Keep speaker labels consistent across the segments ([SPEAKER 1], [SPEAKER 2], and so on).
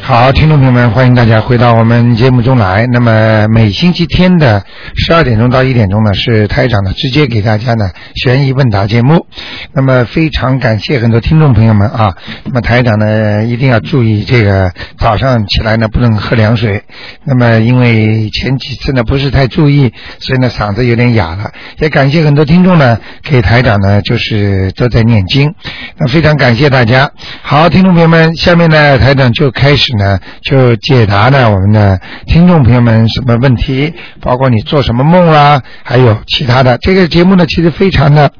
[SPEAKER 1] 好，听众朋友们，欢迎大家回到我们节目中来。那么每星期天的十二点钟到一点钟呢，是台长呢直接给大家呢悬疑问答节目。那么非常感谢很多听众朋友们啊。那么台长呢一定要注意这个早上起来呢不能喝凉水。那么因为前几次呢不是太注意，所以呢嗓子有点哑了。也感谢很多听众呢给台长呢就是都在念经。那非常感谢大家。好，听众朋友们，下面呢台长就开始。呢，就解答呢我们的听众朋友们什么问题，包括你做什么梦啦，还有其他的。这个节目呢，其实非常的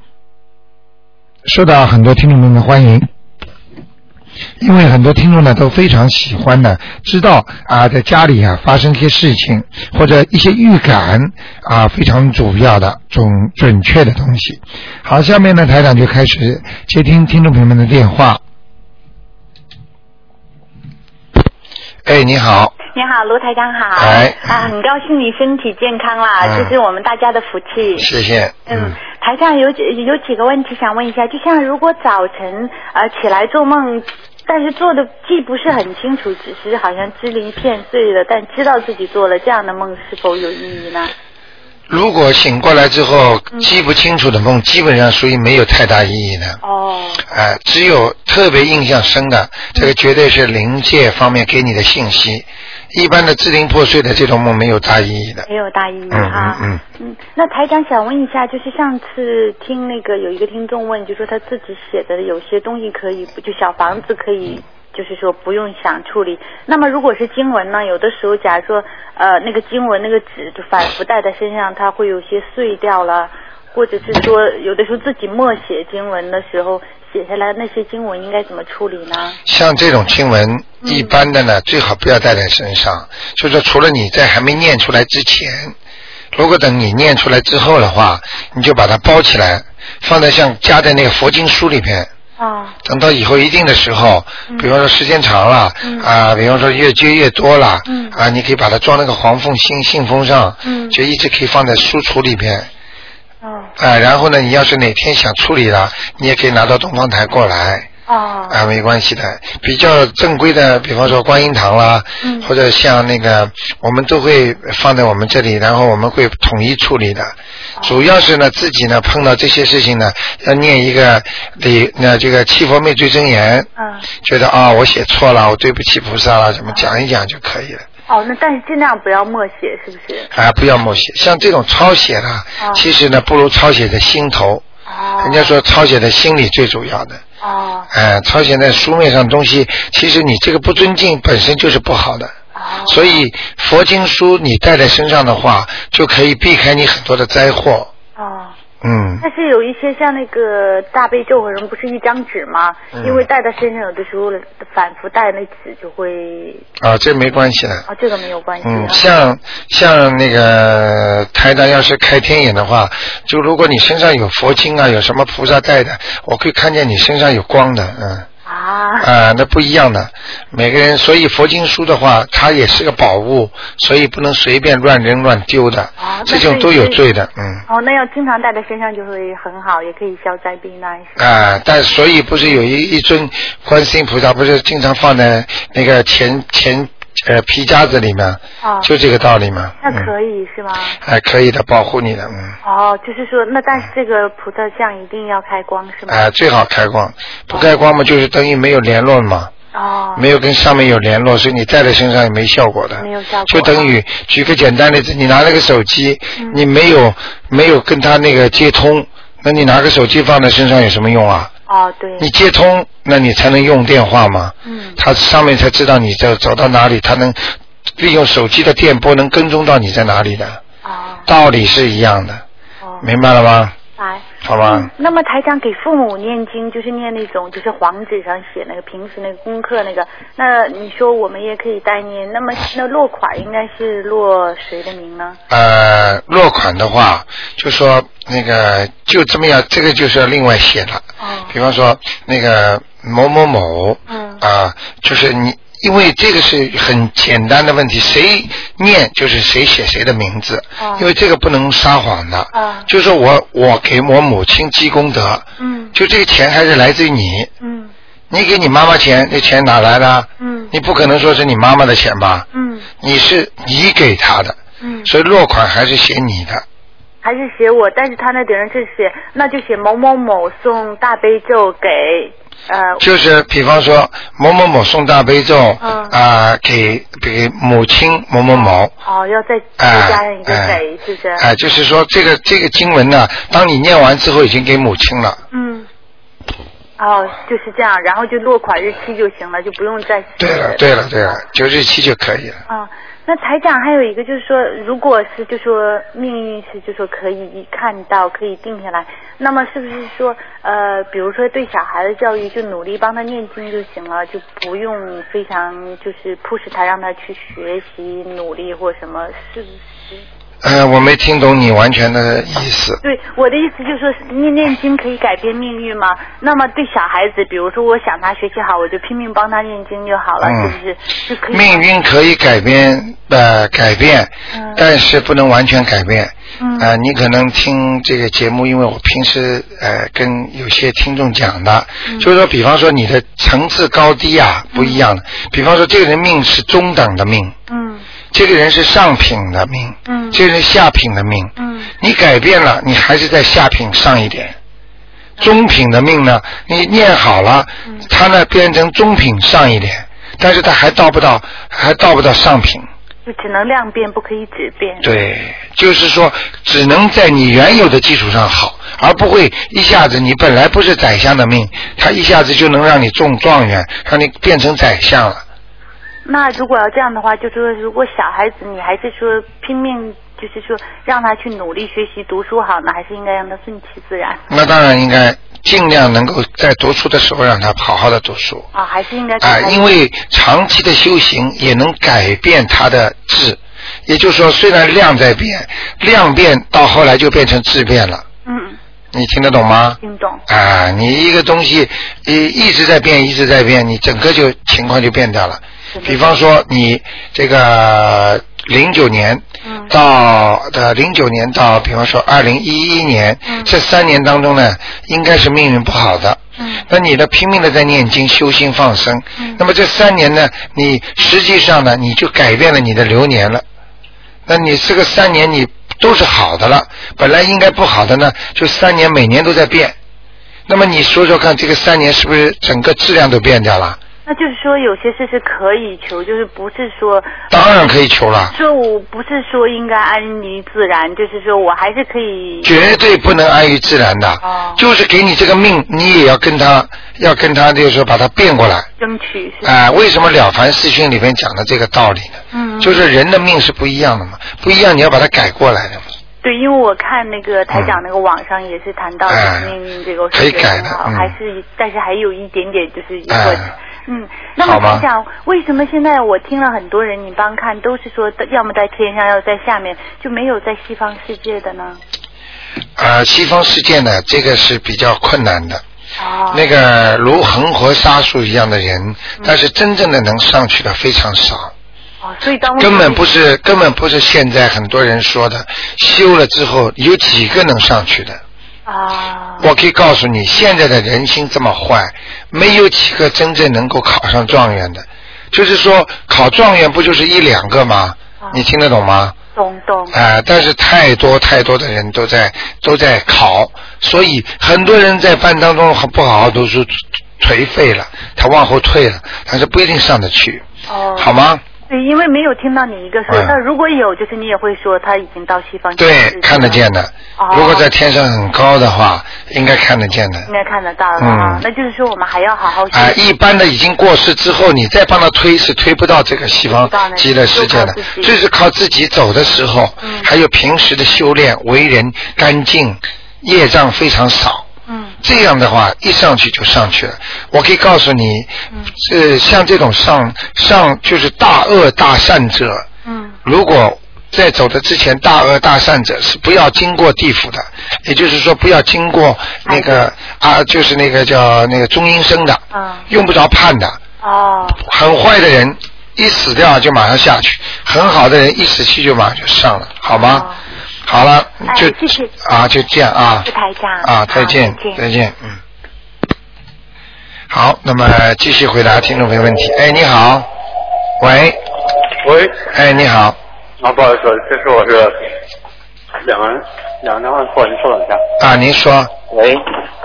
[SPEAKER 1] 受到很多听众朋友们的欢迎。因为很多听众呢都非常喜欢呢，知道啊在家里啊发生一些事情或者一些预感啊非常主要的准准确的东西。好，下面呢台长就开始接听听众朋友们的电话。哎，你好。
[SPEAKER 2] 你好，卢台长好。
[SPEAKER 1] 哎
[SPEAKER 2] 啊，很高兴你身体健康啦，
[SPEAKER 1] 嗯
[SPEAKER 2] 这是我们大家的福气。
[SPEAKER 1] 谢谢。
[SPEAKER 2] 嗯，台长有几有几个问题想问一下，就像如果早晨呃起来做梦，但是做的记不是很清楚，只是好像支离片碎的，但知道自己做了这样的梦是否有意义呢？
[SPEAKER 1] 如果醒过来之后记不清楚的梦，基本上属于没有太大意义的。
[SPEAKER 2] 哦，
[SPEAKER 1] 哎、只有特别印象深的，这个绝对是灵界方面给你的信息。一般的支离破碎的这种梦没有大意义的。
[SPEAKER 2] 没有大意义
[SPEAKER 1] 嗯嗯
[SPEAKER 2] 哈。
[SPEAKER 1] 嗯，
[SPEAKER 2] 嗯，那台长想问一下，就是上次听那个有一个听众问，就说他自己写的有些东西可以，就小房子可
[SPEAKER 1] 嗯
[SPEAKER 2] 以，就是说不用想处理。那么如果是经文呢，有的时候假如说呃那个经文那个纸就反复带在身上，它会有些碎掉了，或者是说有的时候自己默写经文的时候写下来那些经文应该怎么处理呢？
[SPEAKER 1] 像这种经文，一般的呢，最好不要带在身上。就说除了你在还没念出来之前，如果等你念出来之后的话，你就把它包起来，放在像夹在那个佛经书里面。
[SPEAKER 2] 啊，
[SPEAKER 1] 等到以后一定的时候，比方说时间长了，
[SPEAKER 2] 嗯
[SPEAKER 1] 啊，比方说越接越多了，
[SPEAKER 2] 嗯
[SPEAKER 1] 啊，你可以把它装那个黄凤信信封上，
[SPEAKER 2] 嗯
[SPEAKER 1] 就一直可以放在书橱里边，
[SPEAKER 2] 哦，
[SPEAKER 1] 啊，然后呢，你要是哪天想处理了，你也可以拿到东方台过来，
[SPEAKER 2] 哦，
[SPEAKER 1] 啊，没关系的。比较正规的，比方说观音堂啦，
[SPEAKER 2] 嗯
[SPEAKER 1] 或者像那个，我们都会放在我们这里，然后我们会统一处理的。
[SPEAKER 2] 哦
[SPEAKER 1] 主要是呢，自己呢碰到这些事情呢，要念一个礼，那这个七佛灭罪真言，
[SPEAKER 2] 嗯，
[SPEAKER 1] 觉得啊、我写错了，我对不起菩萨了，怎么讲一讲就可以了。
[SPEAKER 2] 哦，那但是尽量不要默写，是不是？
[SPEAKER 1] 啊，不要默写，像这种抄写啦，其实呢，不如抄写在心头。
[SPEAKER 2] 哦，
[SPEAKER 1] 人家说抄写在心里最主要的，
[SPEAKER 2] 哦。
[SPEAKER 1] 哎、抄写在书面上东西，其实你这个不尊敬本身就是不好的。
[SPEAKER 2] 哦
[SPEAKER 1] 所以佛经书你带在身上的话，就可以避开你很多的灾祸。
[SPEAKER 2] 哦，
[SPEAKER 1] 嗯，
[SPEAKER 2] 但是有一些像那个大悲咒和什么，不是一张纸吗？
[SPEAKER 1] 嗯
[SPEAKER 2] 因为带在身上，有的时候反复带那纸就会，
[SPEAKER 1] 啊，这没关系的。
[SPEAKER 2] 哦，这个没有关系
[SPEAKER 1] 嗯，
[SPEAKER 2] 啊。
[SPEAKER 1] 像像那个台长要是开天眼的话，就如果你身上有佛经啊，有什么菩萨带的，我可以看见你身上有光的，嗯。
[SPEAKER 2] 啊，
[SPEAKER 1] 啊，那不一样的，每个人，所以佛经书的话，它也是个宝物，所以不能随便乱扔乱丢的，
[SPEAKER 2] 哦那
[SPEAKER 1] 这种都有罪的，嗯。
[SPEAKER 2] 哦，那要经常带在身上就会很好，也可以消灾避难。是吧
[SPEAKER 1] 啊，但所以不是有一一尊观世音菩萨，不是经常放在那个钱钱呃皮夹子里面，
[SPEAKER 2] 哦，
[SPEAKER 1] 就这个道理嘛。
[SPEAKER 2] 那
[SPEAKER 1] 嗯。
[SPEAKER 2] 可以是吗？
[SPEAKER 1] 哎，可以的，保护你的，嗯。
[SPEAKER 2] 哦，就是说，那但是这个菩萨像一定要开光是吗？
[SPEAKER 1] 啊，最好开光，不开光嘛，就是等于没有联络嘛，
[SPEAKER 2] 哦，
[SPEAKER 1] 没有跟上面有联络，所以你带在身上也没效果的。
[SPEAKER 2] 没有效果
[SPEAKER 1] 就等于举个简单例子，你拿那个手机，
[SPEAKER 2] 嗯
[SPEAKER 1] 你没有没有跟他那个接通，那你拿个手机放在身上有什么用啊？
[SPEAKER 2] 哦，对，
[SPEAKER 1] 你接通，那你才能用电话嘛。
[SPEAKER 2] 嗯，
[SPEAKER 1] 他上面才知道你走走到哪里，他能利用手机的电波能跟踪到你在哪里的，
[SPEAKER 2] 哦，
[SPEAKER 1] 道理是一样的，
[SPEAKER 2] 哦，
[SPEAKER 1] 明白了吗？
[SPEAKER 2] 来。
[SPEAKER 1] 好吧
[SPEAKER 2] 嗯，那么台长给父母念经，就是念那种就是黄纸上写那个平时那个功课那个。那你说我们也可以代念，那么那落款应该是落谁的名呢？
[SPEAKER 1] 呃，落款的话，就说那个就这么样，这个就是要另外写了。
[SPEAKER 2] 哦
[SPEAKER 1] 比方说那个某某某，
[SPEAKER 2] 嗯
[SPEAKER 1] 啊，就是你，因为这个是很简单的问题，谁念就是谁写谁的名字，
[SPEAKER 2] 哦
[SPEAKER 1] 因为这个不能撒谎的。
[SPEAKER 2] 啊
[SPEAKER 1] 就是说我我给我母亲积功德，
[SPEAKER 2] 嗯
[SPEAKER 1] 就这个钱还是来自于你，
[SPEAKER 2] 嗯
[SPEAKER 1] 你给你妈妈钱，那钱哪来的？
[SPEAKER 2] 嗯
[SPEAKER 1] 你不可能说是你妈妈的钱吧？
[SPEAKER 2] 嗯
[SPEAKER 1] 你是你给她的，
[SPEAKER 2] 嗯，
[SPEAKER 1] 所以落款还是写你的。
[SPEAKER 2] 还是写我，但是他那顶上是写，那就写某某某送大悲咒给呃
[SPEAKER 1] 就是比方说某某某送大悲咒，
[SPEAKER 2] 嗯
[SPEAKER 1] 啊、给给母亲某某某，
[SPEAKER 2] 哦，要再
[SPEAKER 1] 哎
[SPEAKER 2] 再加上一个
[SPEAKER 1] 哎
[SPEAKER 2] 给，是不是？
[SPEAKER 1] 哎，就是说这个这个经文呢，当你念完之后已经给母亲了。
[SPEAKER 2] 嗯。哦，就是这样，然后就落款日期就行了，就不用再写
[SPEAKER 1] 对了，对了，对了，就日期就可以了。
[SPEAKER 2] 啊，那台长还有一个就是说，如果是就说命运是就说可以一看到可以定下来，那么是不是说呃，比如说对小孩的教育就努力帮他念经就行了，就不用非常就是迫使他让他去学习努力或什么？是不是？
[SPEAKER 1] 呃，我没听懂你完全的意思。
[SPEAKER 2] 对，我的意思就是说，念念经可以改变命运吗？那么对小孩子，比如说我想他学习好，我就拼命帮他念经就好了，
[SPEAKER 1] 嗯
[SPEAKER 2] 是不是？就可以
[SPEAKER 1] 命运可以改变，呃，改变，
[SPEAKER 2] 嗯
[SPEAKER 1] 但是不能完全改变。
[SPEAKER 2] 嗯
[SPEAKER 1] 啊、你可能听这个节目，因为我平时呃跟有些听众讲的，就是说，比方说你的层次高低啊不一样的。比方说，这个人命是中等的命，
[SPEAKER 2] 嗯
[SPEAKER 1] 这个人是上品的命，
[SPEAKER 2] 嗯
[SPEAKER 1] 这个人是下品的命。
[SPEAKER 2] 嗯
[SPEAKER 1] 你改变了，你还是在下品上一点。中品的命呢，你念好了，它呢变成中品上一点，但是它还到不到，还到不到上品。
[SPEAKER 2] 就只能量变，不可以质变。
[SPEAKER 1] 对，就是说，只能在你原有的基础上好，而不会一下子你本来不是宰相的命，他一下子就能让你中状元，让你变成宰相了。
[SPEAKER 2] 那如果要这样的话，就是说，如果小孩子你还是说拼命，就是说让他去努力学习读书好呢，还是应该让他顺其自然
[SPEAKER 1] 那当然应该尽量能够在读书的时候让他好好的读书
[SPEAKER 2] 啊？还是应该给
[SPEAKER 1] 啊
[SPEAKER 2] 他、，
[SPEAKER 1] 因为长期的修行也能改变他的质，也就是说，虽然量在变，量变到后来就变成质变了，
[SPEAKER 2] 嗯
[SPEAKER 1] 你听得懂吗？
[SPEAKER 2] 听懂
[SPEAKER 1] 啊，你一个东西一一直在变，一直在变，你整个就情况就变掉了。比方说，你这个零九年
[SPEAKER 2] 嗯
[SPEAKER 1] 到的零九年到，比方说二零一一年、
[SPEAKER 2] 嗯
[SPEAKER 1] 这三年当中呢，应该是命运不好的。
[SPEAKER 2] 嗯
[SPEAKER 1] 那你呢，拼命的在念经、修心、放生。
[SPEAKER 2] 嗯
[SPEAKER 1] 那么这三年呢，你实际上呢，你就改变了你的流年了。那你这个三年你都是好的了，本来应该不好的呢，就三年每年都在变。那么你说说看，这个三年是不是整个质量都变掉了？
[SPEAKER 2] 那就是说有些事是可以求，就是不是说呃
[SPEAKER 1] 当然可以求了，
[SPEAKER 2] 说我不是说应该安于自然，就是说我还是可以
[SPEAKER 1] 绝对不能安于自然的
[SPEAKER 2] 哦，
[SPEAKER 1] 就是给你这个命，你也要跟他，要跟他就是说把它变过来。
[SPEAKER 2] 争取是吧
[SPEAKER 1] 哎、为什么《了凡四训》里面讲的这个道理呢？
[SPEAKER 2] 嗯
[SPEAKER 1] 就是人的命是不一样的嘛，不一样你要把它改过来的嘛，
[SPEAKER 2] 对，因为我看那个台长那个网上也是谈到
[SPEAKER 1] 哎
[SPEAKER 2] 命运这个，我
[SPEAKER 1] 可
[SPEAKER 2] 是
[SPEAKER 1] 以
[SPEAKER 2] 觉得
[SPEAKER 1] 改
[SPEAKER 2] 很
[SPEAKER 1] 的
[SPEAKER 2] 好，
[SPEAKER 1] 嗯
[SPEAKER 2] 还是但是还有一点点就是疑惑
[SPEAKER 1] 哎。
[SPEAKER 2] 嗯，那么
[SPEAKER 1] 好吗
[SPEAKER 2] 台长，为什么现在我听了很多人，你帮看都是说要么在天上，要么在下面，就没有在西方世界的呢？
[SPEAKER 1] 呃，西方世界呢，这个是比较困难的。
[SPEAKER 2] 哦，
[SPEAKER 1] 那个如恒河沙数一样的人，但是真正的能上去的非常少，
[SPEAKER 2] 哦，所以当我
[SPEAKER 1] 根本不是根本不是现在很多人说的，修了之后有几个能上去的？
[SPEAKER 2] 啊，
[SPEAKER 1] 我可以告诉你，现在的人心这么坏，没有几个真正能够考上状元的。就是说，考状元不就是一两个吗
[SPEAKER 2] 啊？
[SPEAKER 1] 你听得懂吗？
[SPEAKER 2] 懂懂，
[SPEAKER 1] 啊、但是太多太多的人都在都在考，所以很多人在班当中不好好读书，颓废了，他往后退了，但是不一定上得去，
[SPEAKER 2] 哦，
[SPEAKER 1] 好吗？
[SPEAKER 2] 对，因为没有听到你一个说，
[SPEAKER 1] 嗯
[SPEAKER 2] 那如果有，就是你也会说他已经到西方世界
[SPEAKER 1] 对，
[SPEAKER 2] 了
[SPEAKER 1] 看得见的。
[SPEAKER 2] 哦
[SPEAKER 1] 如果在天上很高的话，应该看得见的。
[SPEAKER 2] 应该看得到了啊
[SPEAKER 1] 嗯，
[SPEAKER 2] 那就是说我们还要好好学
[SPEAKER 1] 啊、
[SPEAKER 2] 习。
[SPEAKER 1] 一般的已经过世之后，你再帮他推是推不到这个西方极乐世界的
[SPEAKER 2] 推不到那，个
[SPEAKER 1] 这是靠自己走的时候，
[SPEAKER 2] 嗯
[SPEAKER 1] 还有平时的修炼，为人干净，业障非常少。
[SPEAKER 2] 嗯
[SPEAKER 1] 这样的话，一上去就上去了。我可以告诉你，呃，像这种上上就是大恶大善者，
[SPEAKER 2] 嗯
[SPEAKER 1] 如果在走的之前，大恶大善者是不要经过地府的，也就是说不要经过那个啊，就是那个叫那个中阴身的，
[SPEAKER 2] 啊
[SPEAKER 1] 用不着判的。
[SPEAKER 2] 哦，
[SPEAKER 1] 很坏的人一死掉就马上下去，很好的人一死去就马上就上了，好吗？
[SPEAKER 2] 哦
[SPEAKER 1] 好了，
[SPEAKER 2] 哎
[SPEAKER 1] 就、
[SPEAKER 2] 谢谢
[SPEAKER 1] 啊，就这样啊
[SPEAKER 2] 是台长
[SPEAKER 1] 啊，再见
[SPEAKER 2] 好再见
[SPEAKER 1] 再见，嗯。好，那么继续回答听众朋友问题。哎，你好，喂，
[SPEAKER 3] 喂，
[SPEAKER 1] 哎，你好，
[SPEAKER 3] 啊，不好意思，这是我是两个人，两张话，您稍等一下。
[SPEAKER 1] 啊，您说，
[SPEAKER 3] 喂，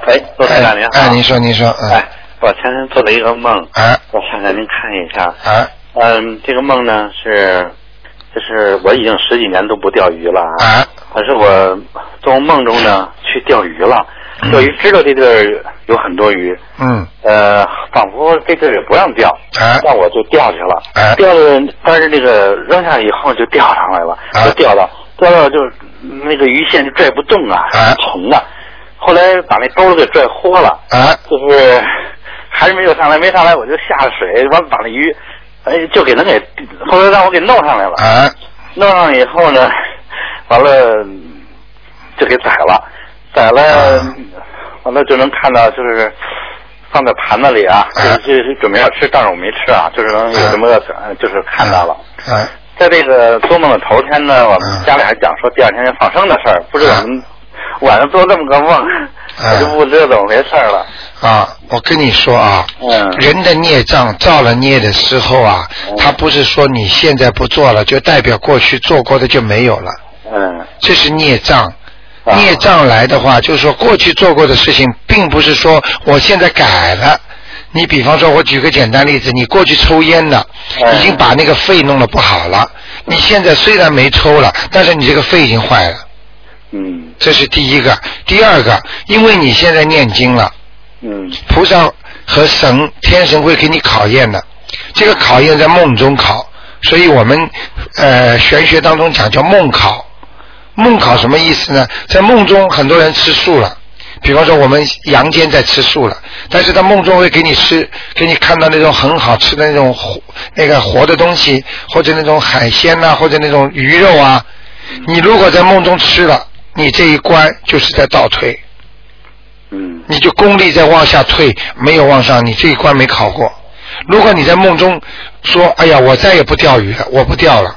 [SPEAKER 3] 喂，陆台长您好。
[SPEAKER 1] 哎，您说，您说，嗯，
[SPEAKER 3] 啊哎，我前天做了一个梦，
[SPEAKER 1] 哎，
[SPEAKER 3] 我想让您看一下。
[SPEAKER 1] 哎，
[SPEAKER 3] 嗯，这个梦呢是，就是我已经十几年都不钓鱼了啊，
[SPEAKER 1] 哎，
[SPEAKER 3] 可是我从梦中呢去钓鱼了，钓鱼知道这地儿有很多鱼，
[SPEAKER 1] 嗯，
[SPEAKER 3] 呃，仿佛这地儿也不让钓，
[SPEAKER 1] 哎，
[SPEAKER 3] 那我就钓去了
[SPEAKER 1] 哎，
[SPEAKER 3] 钓了，但是那个扔下以后就钓上来了，
[SPEAKER 1] 哎
[SPEAKER 3] 就钓到，钓到就那个鱼线就拽不动啊
[SPEAKER 1] 哎，
[SPEAKER 3] 疼啊，后来把那钩儿给拽豁了，
[SPEAKER 1] 哎，
[SPEAKER 3] 就是还是没有上来，没上来我就下了水，完把那鱼，哎，就给它给，后来让我给弄上来了，
[SPEAKER 1] 哎，
[SPEAKER 3] 弄上来以后呢，完了就给宰了，宰了
[SPEAKER 1] 啊，
[SPEAKER 3] 完了就能看到就是放在盘子里啊，就
[SPEAKER 1] 啊
[SPEAKER 3] 是就是准备要吃，但是我没吃啊，就是能有什么的，呃就是看到了。
[SPEAKER 1] 哎，
[SPEAKER 3] 在这个做梦的头天呢，我们
[SPEAKER 1] 啊
[SPEAKER 3] 家里还讲说第二天要放生的事儿，不知道
[SPEAKER 1] 啊
[SPEAKER 3] 怎么晚上做这么个梦，我就不知道怎么回事儿了。
[SPEAKER 1] 啊，我跟你说啊，
[SPEAKER 3] 嗯，
[SPEAKER 1] 人的孽障造了孽的时候啊，
[SPEAKER 3] 嗯
[SPEAKER 1] 他不是说你现在不做了，就代表过去做过的就没有了，
[SPEAKER 3] 嗯，
[SPEAKER 1] 这是孽障。
[SPEAKER 3] 啊
[SPEAKER 1] 孽障来的话，就是说过去做过的事情，并不是说我现在改了。你比方说，我举个简单例子，你过去抽烟了，
[SPEAKER 3] 嗯
[SPEAKER 1] 已经把那个肺弄得不好了。你现在虽然没抽了，但是你这个肺已经坏了，
[SPEAKER 3] 嗯，
[SPEAKER 1] 这是第一个。第二个，因为你现在念经了，
[SPEAKER 3] 嗯，
[SPEAKER 1] 菩萨和神、天神会给你考验的。这个考验在梦中考，所以我们呃玄学当中讲叫梦考。梦考什么意思呢？在梦中很多人吃素了，比方说我们阳间在吃素了，但是他梦中会给你吃，给你看到那种很好吃的那种活那个活的东西，或者那种海鲜呐、或者那种鱼肉啊。你如果在梦中吃了，你这一关就是在倒退。
[SPEAKER 3] 嗯，
[SPEAKER 1] 你就功力在往下退，没有往上，你这一关没考过。如果你在梦中说：“哎呀，我再也不钓鱼了，我不钓了。”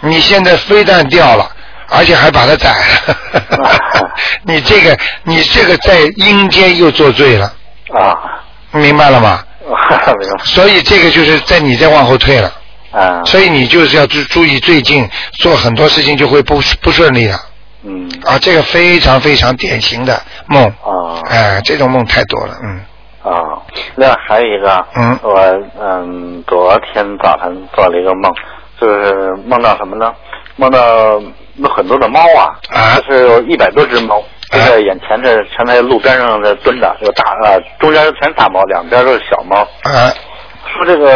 [SPEAKER 1] 你现在非但钓了，而且还把它宰 了，你这个你这个在阴间又做罪了，
[SPEAKER 3] 啊，
[SPEAKER 1] 明白 了吗？
[SPEAKER 3] 明
[SPEAKER 1] 所以这个就是在你在往后退了，
[SPEAKER 3] 白啊，
[SPEAKER 1] 所以你就是要注注意最近做很多事情就会不不顺利了
[SPEAKER 3] 嗯，
[SPEAKER 1] 啊！这个非常非常典型的梦，
[SPEAKER 3] 啊。
[SPEAKER 1] 哎，这种梦太多了，嗯。
[SPEAKER 3] 啊，那还有一个，
[SPEAKER 1] 嗯
[SPEAKER 3] 我嗯，昨天早上做了一个梦，就是梦到什么呢？梦到有很多的猫啊，
[SPEAKER 1] 啊
[SPEAKER 3] 就是有一百多只猫，就在眼前这全在路边上这蹲着，有大呃，中间全是大猫，两边都是小猫。
[SPEAKER 1] 啊
[SPEAKER 3] 说这个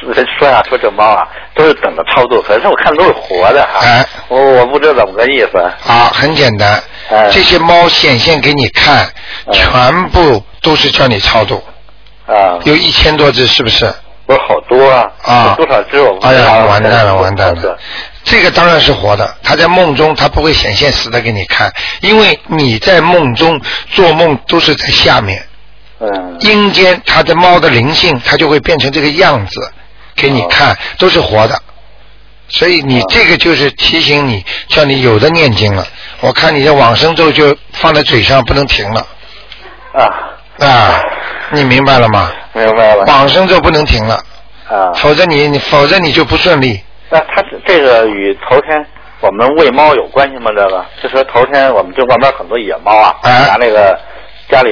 [SPEAKER 3] 说说呀、说这猫啊，都是等着超度，可是我看都是活的哈、
[SPEAKER 1] 哎
[SPEAKER 3] 我我不知道怎么个意思。
[SPEAKER 1] 啊，很简单，
[SPEAKER 3] 哎
[SPEAKER 1] 这些猫显现给你看，
[SPEAKER 3] 嗯
[SPEAKER 1] 全部都是叫你超度，
[SPEAKER 3] 啊，
[SPEAKER 1] 有一千多只，是不是？
[SPEAKER 3] 我好多啊，
[SPEAKER 1] 啊
[SPEAKER 3] 有多少只我不
[SPEAKER 1] 哎
[SPEAKER 3] 知道。
[SPEAKER 1] 呀，完蛋了，完蛋
[SPEAKER 3] 是
[SPEAKER 1] 了！这个当然是活的，它在梦中，它不会显现死的给你看，因为你在梦中做梦都是在下面，
[SPEAKER 3] 嗯
[SPEAKER 1] 阴间它的猫的灵性，它就会变成这个样子给你看，都是活的。所以你
[SPEAKER 3] 哦
[SPEAKER 1] 这个就是提醒你，叫你有的念经了。我看你的往生咒就放在嘴上不能停了
[SPEAKER 3] 啊。
[SPEAKER 1] 啊，你明白了吗？
[SPEAKER 3] 明白了。
[SPEAKER 1] 往生咒不能停了，
[SPEAKER 3] 啊，
[SPEAKER 1] 否则你你否则你就不顺利。
[SPEAKER 3] 那它这这个与头天我们喂猫有关系吗？这个就说头天我们这外边很多野猫啊，
[SPEAKER 1] 哎
[SPEAKER 3] 拿那个家里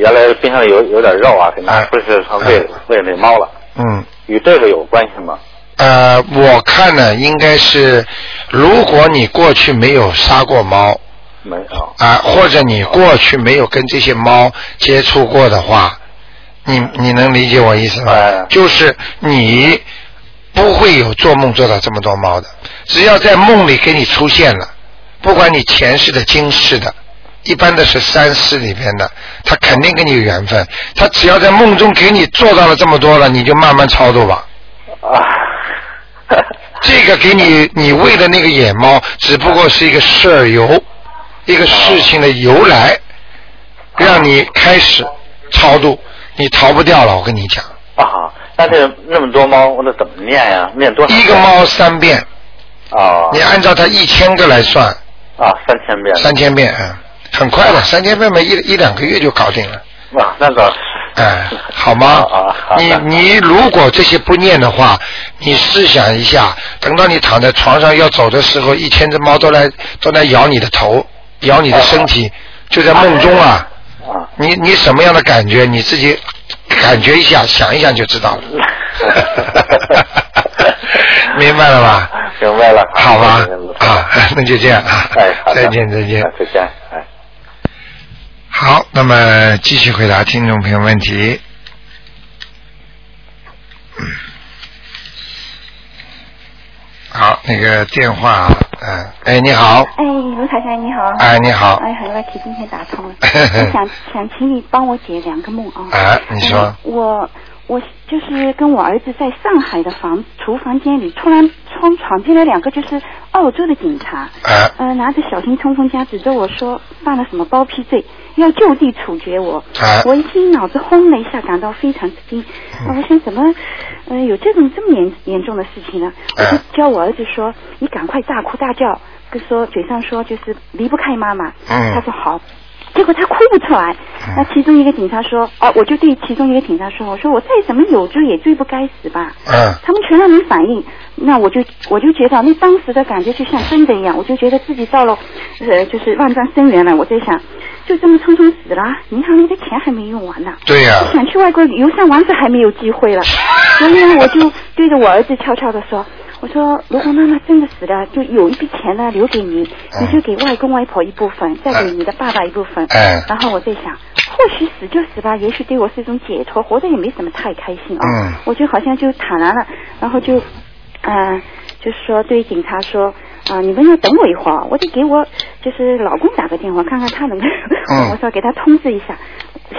[SPEAKER 3] 原来冰箱里有有点肉啊，给拿
[SPEAKER 1] 哎
[SPEAKER 3] 出去喂、
[SPEAKER 1] 哎
[SPEAKER 3] 喂那猫了，
[SPEAKER 1] 嗯，
[SPEAKER 3] 与这个有关系吗？
[SPEAKER 1] 呃，我看呢应该是，如果你过去没有杀过猫，
[SPEAKER 3] 没有。
[SPEAKER 1] 啊，或者你过去没有跟这些猫接触过的话，你你能理解我意思吗？
[SPEAKER 3] 哎
[SPEAKER 1] 就是你不会有做梦做到这么多猫的，只要在梦里给你出现了，不管你前世的、今世的，一般的是三世里边的，它肯定跟你有缘分。它只要在梦中给你做到了这么多了，你就慢慢超度吧。
[SPEAKER 3] 啊，
[SPEAKER 1] 这个给你你喂的那个野猫，只不过是一个事儿由，一个事情的由来，让你开始超度，你逃不掉了。我跟你讲，
[SPEAKER 3] 啊，那这那么多猫，我得怎么念呀？念多少
[SPEAKER 1] 一
[SPEAKER 3] 遍？
[SPEAKER 1] 个猫三遍，
[SPEAKER 3] 啊
[SPEAKER 1] 你按照它一千个来算，
[SPEAKER 3] 啊，三千遍
[SPEAKER 1] 三千遍，嗯，很快的，三千遍嘛，一一两个月就搞定了。
[SPEAKER 3] 啊，那个
[SPEAKER 1] 哎，好吗
[SPEAKER 3] 啊啊？好
[SPEAKER 1] 你
[SPEAKER 3] 的
[SPEAKER 1] 你如果这些不念的话，你试想一下，等到你躺在床上要走的时候，一千只猫都来都来咬你的头，咬你的身体，就在梦中啊。
[SPEAKER 3] 啊，
[SPEAKER 1] 你你什么样的感觉？你自己感觉一下，想一想就知道了。 明白了吧？
[SPEAKER 3] 明白了，
[SPEAKER 1] 好吧
[SPEAKER 3] 明白，了
[SPEAKER 1] 啊， 那就这样啊
[SPEAKER 3] 哎，，好的
[SPEAKER 1] 再见再见。
[SPEAKER 3] 再见，哎。
[SPEAKER 1] 好，那么继续回答听众朋友问题。嗯好，那个电话啊，嗯，哎，你好，
[SPEAKER 4] 哎，卢台长你好。
[SPEAKER 1] 哎，你好，
[SPEAKER 4] 哎，很 lucky，今天打 通了。我想想请你帮我解两个梦啊。
[SPEAKER 1] 哎，你说
[SPEAKER 4] 嗯，我我就是跟我儿子在上海的房厨房间里，突然从闯进来两个就是澳洲的警察，
[SPEAKER 1] 哎，
[SPEAKER 4] 呃，拿着小型冲锋枪指着我说犯了什么包庇罪，要就地处决我。
[SPEAKER 1] 哎嗯
[SPEAKER 4] 我一听脑子轰了一下，感到非常吃惊。啊我想怎么，呃，有这种这么严严重的事情呢？我
[SPEAKER 1] 哎
[SPEAKER 4] 就叫我儿子说，你赶快大哭大叫，跟说嘴上说就是离不开妈妈。
[SPEAKER 1] 嗯
[SPEAKER 4] 他说好。结果他哭不出来，那其中一个警察说：“啊，我就对其中一个警察说，我说我再怎么有罪也罪不该死吧。”
[SPEAKER 1] 嗯，
[SPEAKER 4] 他们全让你反应，那我就我就觉得那当时的感觉就像真的一样，我就觉得自己到了，呃，就是万丈深渊了。我在想，就这么匆匆死了，银行里的钱还没用完呢。
[SPEAKER 1] 对呀、
[SPEAKER 4] 想去外国游山玩水还没有机会了，所以呢，我就对着我儿子悄悄地说：“我说，如果妈妈真的死了，就有一笔钱呢留给你，你就给外公外婆一部分，再给你的爸爸一部分。
[SPEAKER 1] 哎
[SPEAKER 4] 然后我在想，或许死就死吧，也许对我是一种解脱，活着也没什么太开心啊、
[SPEAKER 1] 嗯
[SPEAKER 4] 我就好像就坦然了，然后就，嗯、就是说对警察说，啊、你们要等我一会儿，我得给我就是老公打个电话，看看他能不能，
[SPEAKER 1] 嗯
[SPEAKER 4] 我说给他通知一下。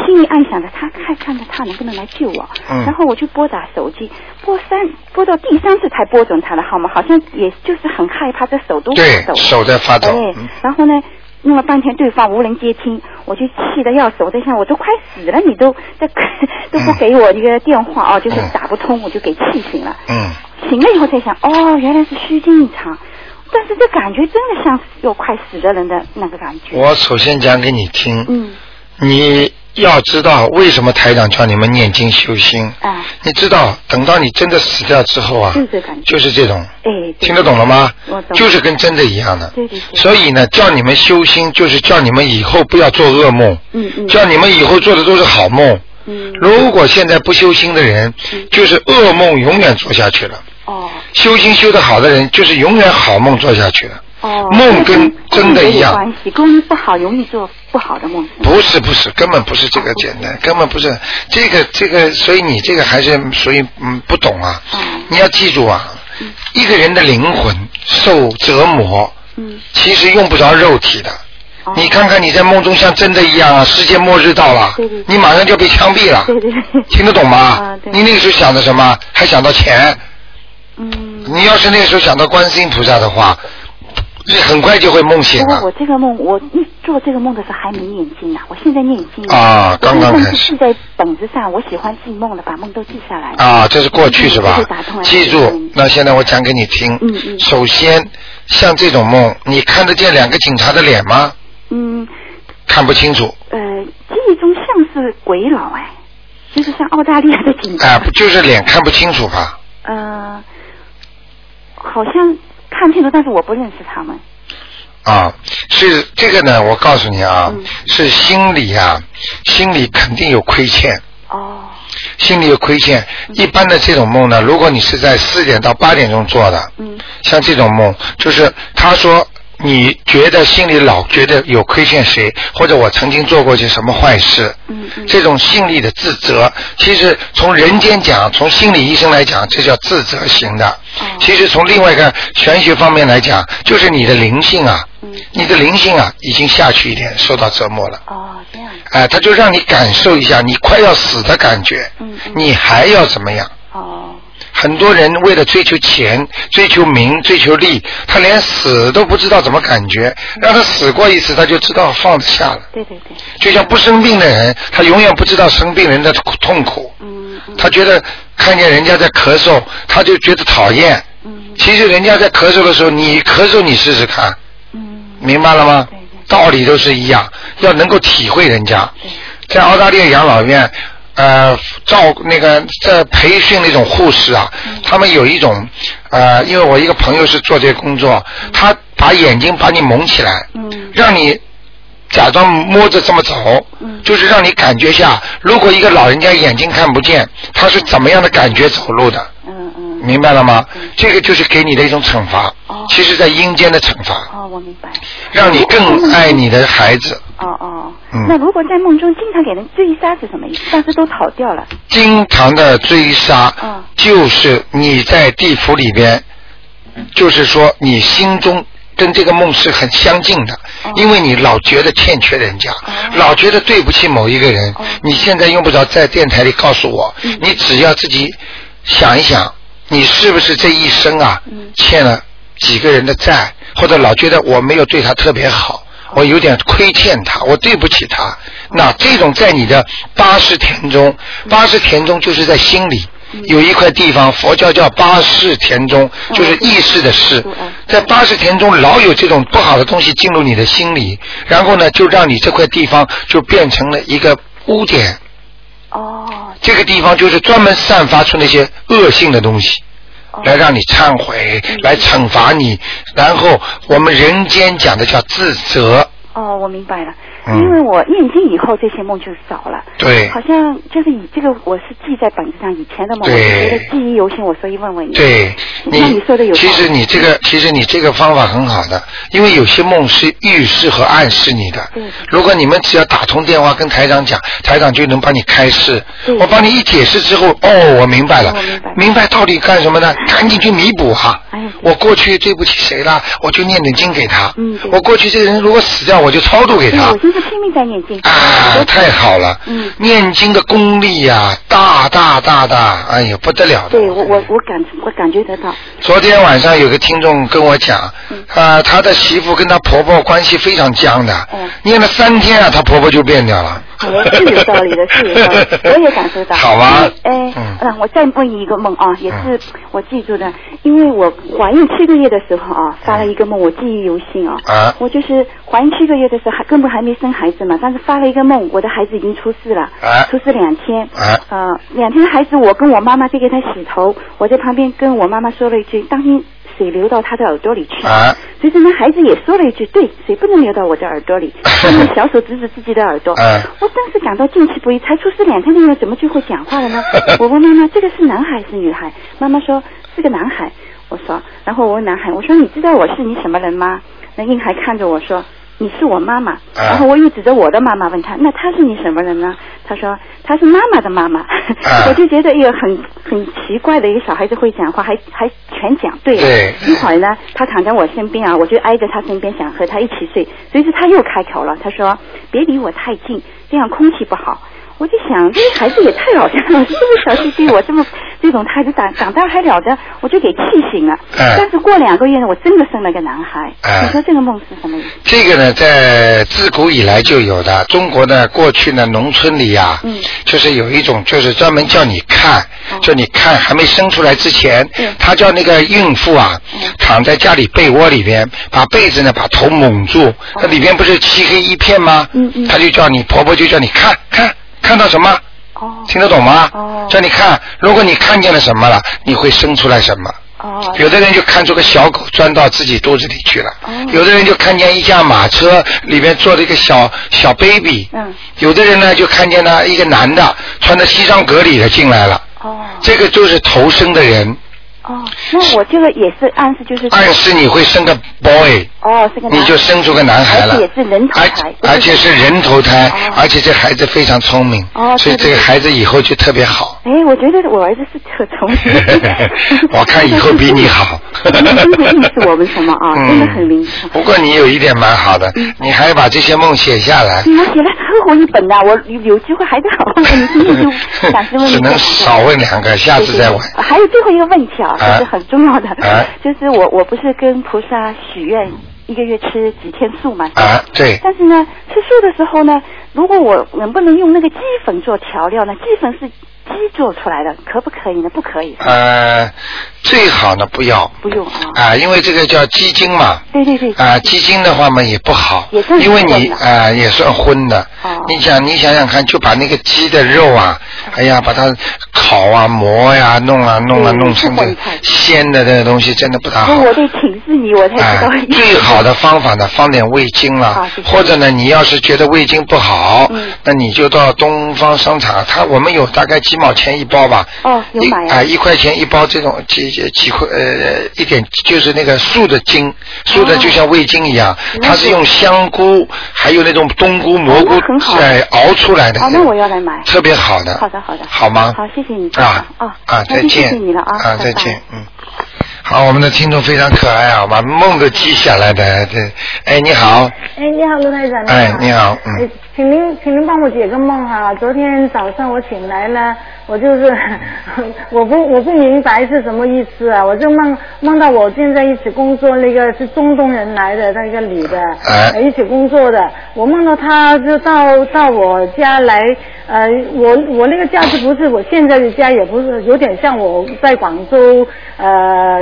[SPEAKER 4] 心里暗想着他看看看他能不能来救我，
[SPEAKER 1] 嗯
[SPEAKER 4] 然后我就拨打手机，拨三拨到第三次才拨准他的号码，好像也就是很害怕，这手都发
[SPEAKER 1] 对
[SPEAKER 4] 抖，了
[SPEAKER 1] 手在发抖，
[SPEAKER 4] 哎
[SPEAKER 1] 嗯，
[SPEAKER 4] 然后呢，弄了半天对方无人接听，我就气得要死。我在想，我都快死了，你都在 都不给我一个电话啊，就是
[SPEAKER 1] 嗯
[SPEAKER 4] 打不通，我就给气醒了。
[SPEAKER 1] 嗯，
[SPEAKER 4] 醒了以后才想，哦，原来是虚惊一场。但是这感觉真的像有快死的人的那个感觉。
[SPEAKER 1] 我首先讲给你听，
[SPEAKER 4] 嗯，
[SPEAKER 1] 你要知道为什么台长叫你们念经修心，
[SPEAKER 4] 啊，
[SPEAKER 1] 你知道，等到你真的死掉之后啊
[SPEAKER 4] 就是，这感觉。
[SPEAKER 1] 就是这种，
[SPEAKER 4] 哎，对
[SPEAKER 1] 听得懂了吗
[SPEAKER 4] 我？懂
[SPEAKER 1] 就是跟真的一样的。
[SPEAKER 4] 对对对。
[SPEAKER 1] 所以呢，叫你们修心，就是叫你们以后不要做噩梦，
[SPEAKER 4] 嗯嗯
[SPEAKER 1] 叫你们以后做的都是好梦。
[SPEAKER 4] 嗯
[SPEAKER 1] 如果现在不修心的人，就是噩梦永远做下去了；
[SPEAKER 4] 哦
[SPEAKER 1] 修心修得好的人，就是永远好梦做下去了。
[SPEAKER 4] 哦，
[SPEAKER 1] 梦跟
[SPEAKER 4] 那
[SPEAKER 1] 真的一样
[SPEAKER 4] 有关系，功力不好容易做不好的梦。是吗
[SPEAKER 1] 不是不是，根本不是这个简
[SPEAKER 4] 哦
[SPEAKER 1] 单，根本不是这个这个，所以你这个还是属于嗯不懂啊。
[SPEAKER 4] 嗯
[SPEAKER 1] 你要记住啊，一个人的灵魂受折磨，
[SPEAKER 4] 嗯，
[SPEAKER 1] 其实用不着肉体的。
[SPEAKER 4] 哦
[SPEAKER 1] 你看看你在梦中像真的一样啊，世界末日到了
[SPEAKER 4] 对对，对
[SPEAKER 1] 你马上就要被枪毙了，
[SPEAKER 4] 对对对，
[SPEAKER 1] 听得懂吗
[SPEAKER 4] 啊？对
[SPEAKER 1] 你那个时候想的什么？还想到钱？
[SPEAKER 4] 嗯。
[SPEAKER 1] 你要是那个时候想到观世音菩萨的话，你很快就会梦醒
[SPEAKER 4] 不过
[SPEAKER 1] 了
[SPEAKER 4] 我。这个梦，我一做这个梦的时候还没念经呢，我现在念经了
[SPEAKER 1] 啊刚刚
[SPEAKER 4] 我这个
[SPEAKER 1] 开
[SPEAKER 4] 梦
[SPEAKER 1] 始
[SPEAKER 4] 是记在本子上，我喜欢记梦了，把梦都记下来。
[SPEAKER 1] 啊，这是过去是吧
[SPEAKER 4] 嗯这是打通？了
[SPEAKER 1] 记住
[SPEAKER 4] 嗯，
[SPEAKER 1] 那现在我讲给你听。
[SPEAKER 4] 嗯嗯
[SPEAKER 1] 首先，像这种梦，你看得见两个警察的脸吗？
[SPEAKER 4] 嗯，
[SPEAKER 1] 看不清楚。
[SPEAKER 4] 呃，记忆中像是鬼佬哎，就是像澳大利亚的警
[SPEAKER 1] 哎、
[SPEAKER 4] 察，
[SPEAKER 1] 不就是脸看不清楚吧？
[SPEAKER 4] 呃，好像看清楚，但是我不认识他们。
[SPEAKER 1] 啊，是这个呢，我告诉你啊，
[SPEAKER 4] 嗯
[SPEAKER 1] 是心里啊，心里肯定有亏欠，
[SPEAKER 4] 哦，
[SPEAKER 1] 心里有亏欠。
[SPEAKER 4] 嗯
[SPEAKER 1] 一般的这种梦呢，如果你是在四点到八点钟做的，
[SPEAKER 4] 嗯，
[SPEAKER 1] 像这种梦，就是他说你觉得心里老觉得有亏欠谁，或者我曾经做过些什么坏事，
[SPEAKER 4] 嗯嗯
[SPEAKER 1] 这种心理的自责，其实从人间讲，从心理医生来讲，这叫自责型的。
[SPEAKER 4] 哦
[SPEAKER 1] 其实从另外一个玄学方面来讲，就是你的灵性啊，
[SPEAKER 4] 嗯
[SPEAKER 1] 你的灵性啊已经下去一点，受到折磨了。
[SPEAKER 4] 哦，这样，
[SPEAKER 1] 哎，他就让你感受一下你快要死的感觉，
[SPEAKER 4] 嗯嗯
[SPEAKER 1] 你还要怎么样？
[SPEAKER 4] 哦，
[SPEAKER 1] 很多人为了追求钱、追求名、追求利，他连死都不知道怎么感觉。让他死过一次，他就知道放得下了。
[SPEAKER 4] 嗯对对对，
[SPEAKER 1] 就像不生病的人，他永远不知道生病人的痛苦。
[SPEAKER 4] 嗯嗯
[SPEAKER 1] 他觉得看见人家在咳嗽，他就觉得讨厌。
[SPEAKER 4] 嗯
[SPEAKER 1] 其实人家在咳嗽的时候，你咳嗽你试试看，
[SPEAKER 4] 嗯，
[SPEAKER 1] 明白了吗
[SPEAKER 4] 对对？
[SPEAKER 1] 道理都是一样，要能够体会人家。在澳大利亚养老院，呃，照那个在培训那种护士啊，
[SPEAKER 4] 嗯
[SPEAKER 1] 他们有一种，呃，因为我一个朋友是做这个工作，他把眼睛把你蒙起来，
[SPEAKER 4] 嗯
[SPEAKER 1] 让你假装摸着这么走，
[SPEAKER 4] 嗯
[SPEAKER 1] 就是让你感觉下，如果一个老人家眼睛看不见，他是怎么样的感觉走路的，
[SPEAKER 4] 嗯嗯，
[SPEAKER 1] 明白了吗？这个就是给你的一种惩罚
[SPEAKER 4] 哦，
[SPEAKER 1] 其实在阴间的惩罚，
[SPEAKER 4] 哦，我明白。嗯
[SPEAKER 1] 让你更爱你的孩子。
[SPEAKER 4] 哦哦
[SPEAKER 1] 嗯，
[SPEAKER 4] 那如果在梦中经常给人追杀是什么意思？但是都逃掉了。
[SPEAKER 1] 经常的追杀
[SPEAKER 4] 嗯，
[SPEAKER 1] 就是你在地府里边，就是说你心中。跟这个梦是很相近的，因为你老觉得欠缺人家，老觉得对不起某一个人。你现在用不着在电台里告诉我，你只要自己想一想，你是不是这一生啊欠了几个人的债，或者老觉得我没有对他特别好，我有点亏欠他，我对不起他。那这种在你的八识田中，八识田中就是在心里。有一块地方，佛教叫八识田中，就是意识的识，在八识田中老有这种不好的东西进入你的心里，然后呢，就让你这块地方就变成了一个污点，
[SPEAKER 4] 哦
[SPEAKER 1] 这个地方就是专门散发出那些恶性的东西，来让你忏悔，来惩罚你。然后我们人间讲的叫自责，
[SPEAKER 4] 哦，我明白了。
[SPEAKER 1] 嗯
[SPEAKER 4] 因为我念经以后，这些梦就少了。
[SPEAKER 1] 对
[SPEAKER 4] 好像就是以这个，我是记在本子上以前的梦，我就
[SPEAKER 1] 对
[SPEAKER 4] 觉得记忆犹新，我所以问问你。
[SPEAKER 1] 对
[SPEAKER 4] 那你说的有道理
[SPEAKER 1] 其实你这个，其实你这个方法很好的，因为有些梦是预示和暗示你的
[SPEAKER 4] 对。
[SPEAKER 1] 如果你们只要打通电话跟台长讲，台长就能帮你开示。
[SPEAKER 4] 对
[SPEAKER 1] 我帮你一解释之后，哦，我明白了
[SPEAKER 4] 我明白，嗯
[SPEAKER 1] 明白到底干什么呢？赶紧去弥补哈
[SPEAKER 4] 哎对。
[SPEAKER 1] 我过去对不起谁了，我就念点经给他。
[SPEAKER 4] 嗯对
[SPEAKER 1] 我过去这个人如果死掉，我就超度给
[SPEAKER 4] 所以
[SPEAKER 1] 他。
[SPEAKER 4] 我就是拼命在念经。
[SPEAKER 1] 啊，太好了！
[SPEAKER 4] 嗯
[SPEAKER 1] 念经的功力呀、大大大大，哎呀，不得了的！
[SPEAKER 4] 对我我我感我感觉得到，
[SPEAKER 1] 昨天晚上有个听众跟我讲，啊、他的媳妇跟她婆婆关系非常僵的，
[SPEAKER 4] 嗯
[SPEAKER 1] 念了三天啊，她婆婆就变掉了。
[SPEAKER 4] 我是有道 理的，是有道理，我也感受到。
[SPEAKER 1] 好吧
[SPEAKER 4] 因为哎，
[SPEAKER 1] 嗯
[SPEAKER 4] 嗯，我再问你一个梦啊，也是我记住的，因为我怀孕七个月的时候啊，发了一个梦，我记忆犹新啊。
[SPEAKER 1] 啊
[SPEAKER 4] 我就是怀孕七个月的时候，还根本还没生孩子嘛，但是发了一个梦，我的孩子已经出世了，
[SPEAKER 1] 啊
[SPEAKER 4] 出世两天。
[SPEAKER 1] 啊
[SPEAKER 4] 呃，两天孩子，我跟我妈妈在给他洗头，我在旁边跟我妈妈说了一句，当心水流到他的耳朵里去。
[SPEAKER 1] 啊
[SPEAKER 4] 所以这呢，孩子也说了一句：“对，水不能流到我的耳朵里。”他用小手指指自己的耳朵。
[SPEAKER 1] 嗯
[SPEAKER 4] 我当时感到惊奇不已，才出世两天的人怎么就会讲话了呢？我问妈妈：“这个是男孩是女孩？”妈妈说：“是个男孩。”我说，然后我问男孩：“我说你知道我是你什么人吗？”那婴孩看着我说。你是我妈妈，
[SPEAKER 1] 嗯
[SPEAKER 4] 然后我又指着我的妈妈问他，那她是你什么人呢？他说她是妈妈的妈妈， 我就觉得一个很很奇怪的一个小孩子会讲话，还还全讲对了。
[SPEAKER 1] 对
[SPEAKER 4] 一会儿呢，他躺在我身边啊，我就挨着他身边，想和他一起睡。于是他又开口了，他说：“别离我太近，这样空气不好。”我就想，这个孩子也太老实了，是不是小区对我这么这种态度？长长大还了得，我就给气醒了。
[SPEAKER 1] 哎
[SPEAKER 4] 但是过两个月呢，我真的生了个男孩。
[SPEAKER 1] 哎
[SPEAKER 4] 你说这个梦是什么意思？
[SPEAKER 1] 这个呢，在自古以来就有的。中国呢，过去呢，农村里呀、
[SPEAKER 4] 嗯
[SPEAKER 1] 就是有一种，就是专门叫你看，
[SPEAKER 4] 哦
[SPEAKER 1] 叫你看还没生出来之前
[SPEAKER 4] 嗯，
[SPEAKER 1] 他叫那个孕妇啊，躺在家里被窝里边，把被子呢把头蒙住，那里边不是漆黑一片吗？
[SPEAKER 4] 哦嗯嗯
[SPEAKER 1] 他就叫你婆婆就叫你看看看到什么，
[SPEAKER 4] 哦
[SPEAKER 1] 听得懂吗？
[SPEAKER 4] 哦
[SPEAKER 1] 叫你看，如果你看见了什么了，你会生出来什么。
[SPEAKER 4] 哦
[SPEAKER 1] 有的人就看出个小狗钻到自己肚子里去了，
[SPEAKER 4] 哦
[SPEAKER 1] 有的人就看见一架马车里面坐着一个小小 baby，、
[SPEAKER 4] 嗯
[SPEAKER 1] 有的人呢就看见了一个男的穿着西装革履的进来了，
[SPEAKER 4] 哦
[SPEAKER 1] 这个就是投生的人，
[SPEAKER 4] 哦，那我这个也是暗示，就是说
[SPEAKER 1] 暗示你会生个 boy。
[SPEAKER 4] 哦，是个男
[SPEAKER 1] 你就
[SPEAKER 4] 孩。
[SPEAKER 1] 生出个男孩了，哎
[SPEAKER 4] 而且也是人头胎
[SPEAKER 1] 而而且是人头胎，
[SPEAKER 4] 哦
[SPEAKER 1] 而且这孩子非常聪明，
[SPEAKER 4] 哦
[SPEAKER 1] 所以
[SPEAKER 4] 对
[SPEAKER 1] 这
[SPEAKER 4] 对
[SPEAKER 1] 个
[SPEAKER 4] 对
[SPEAKER 1] 孩子以后就特 别好。。
[SPEAKER 4] 哎，我觉得我儿子是特聪明。
[SPEAKER 1] 我看以后比你 好嗯
[SPEAKER 4] 你哦真会认识我们什么啊？真的很灵嗯
[SPEAKER 1] 嗯。不过你有一点蛮好的，你还把这些梦写下来。
[SPEAKER 4] 你们写了，后一本呐、 我有有机会还得好好问你，今 天就暂时问你
[SPEAKER 1] 只
[SPEAKER 4] 这
[SPEAKER 1] 能
[SPEAKER 4] 个。
[SPEAKER 1] 少问两个，下次再问。
[SPEAKER 4] 对对对还有最后一个问题啊，
[SPEAKER 1] 哎
[SPEAKER 4] 这是很重要的，
[SPEAKER 1] 啊
[SPEAKER 4] 就是我我不是跟菩萨许愿一个月吃几天素嘛，
[SPEAKER 1] 啊，对，
[SPEAKER 4] 但是呢，吃素的时候呢，如果我能不能用那个鸡粉做调料呢？鸡粉是鸡做出来的，可不可以呢？不可以，
[SPEAKER 1] 呃，最好呢不要
[SPEAKER 4] 不用啊。
[SPEAKER 1] 啊，因为这个叫鸡精嘛，
[SPEAKER 4] 对对对，
[SPEAKER 1] 啊，鸡精的话嘛也不好
[SPEAKER 4] 嗯也算，是
[SPEAKER 1] 因为你
[SPEAKER 4] 荤的
[SPEAKER 1] 啊也算荤的
[SPEAKER 4] 哦。嗯
[SPEAKER 1] 你想你想想看，就把那个鸡的肉啊，哎呀，把它烤啊、磨呀、弄啊、弄啊、
[SPEAKER 4] 对
[SPEAKER 1] 弄成
[SPEAKER 4] 混嗯一
[SPEAKER 1] 这
[SPEAKER 4] 嗯块
[SPEAKER 1] 鲜的这个东西，真的不大
[SPEAKER 4] 所
[SPEAKER 1] 好
[SPEAKER 4] 以。我得请示你，我才知
[SPEAKER 1] 啊哎
[SPEAKER 4] 道。，
[SPEAKER 1] 最好的方法呢，放点味精了
[SPEAKER 4] 好谢，谢
[SPEAKER 1] 或者呢，你要是觉得味精不好
[SPEAKER 4] 嗯，
[SPEAKER 1] 那你就到东方商场，它我们有大概几毛钱一包吧，
[SPEAKER 4] 哦，有
[SPEAKER 1] 一
[SPEAKER 4] 买
[SPEAKER 1] 啊
[SPEAKER 4] 啊。
[SPEAKER 1] 一块钱一包这种几几几块呃一点就是那个素的精，素的
[SPEAKER 4] 哦
[SPEAKER 1] 就像味精一样，
[SPEAKER 4] 嗯
[SPEAKER 1] 它是用香菇还有那种冬菇蘑菇
[SPEAKER 4] 哦那很好
[SPEAKER 1] 哎熬出来的，
[SPEAKER 4] 哦，那我要来买。
[SPEAKER 1] 特别好的，
[SPEAKER 4] 好的，好的。
[SPEAKER 1] 好吗？
[SPEAKER 4] 好，谢谢你。
[SPEAKER 1] 啊
[SPEAKER 4] 哦，
[SPEAKER 1] 啊，
[SPEAKER 4] 那
[SPEAKER 1] 再
[SPEAKER 4] 就
[SPEAKER 1] 见，
[SPEAKER 4] 谢谢你了啊。
[SPEAKER 1] 啊，
[SPEAKER 4] 拜
[SPEAKER 1] 再
[SPEAKER 4] 拜
[SPEAKER 1] 见，嗯。好，我们的听众非常可爱啊，把梦都记下来的。这，哎，你好，
[SPEAKER 5] 哎，你好，卢台长。
[SPEAKER 1] 哎，你。好，嗯
[SPEAKER 5] 哎，请您，请您帮我解个梦哈、昨天早上我醒来呢，我就是 我不我不明白是什么意思啊，我就梦梦到我现在一起工作那个是中东人来的那个女的，
[SPEAKER 1] 哎
[SPEAKER 5] 呃一起工作的，我梦到她就到到我家来，呃，我我那个家是不是我现在的家，也不是有点像我在广州呃。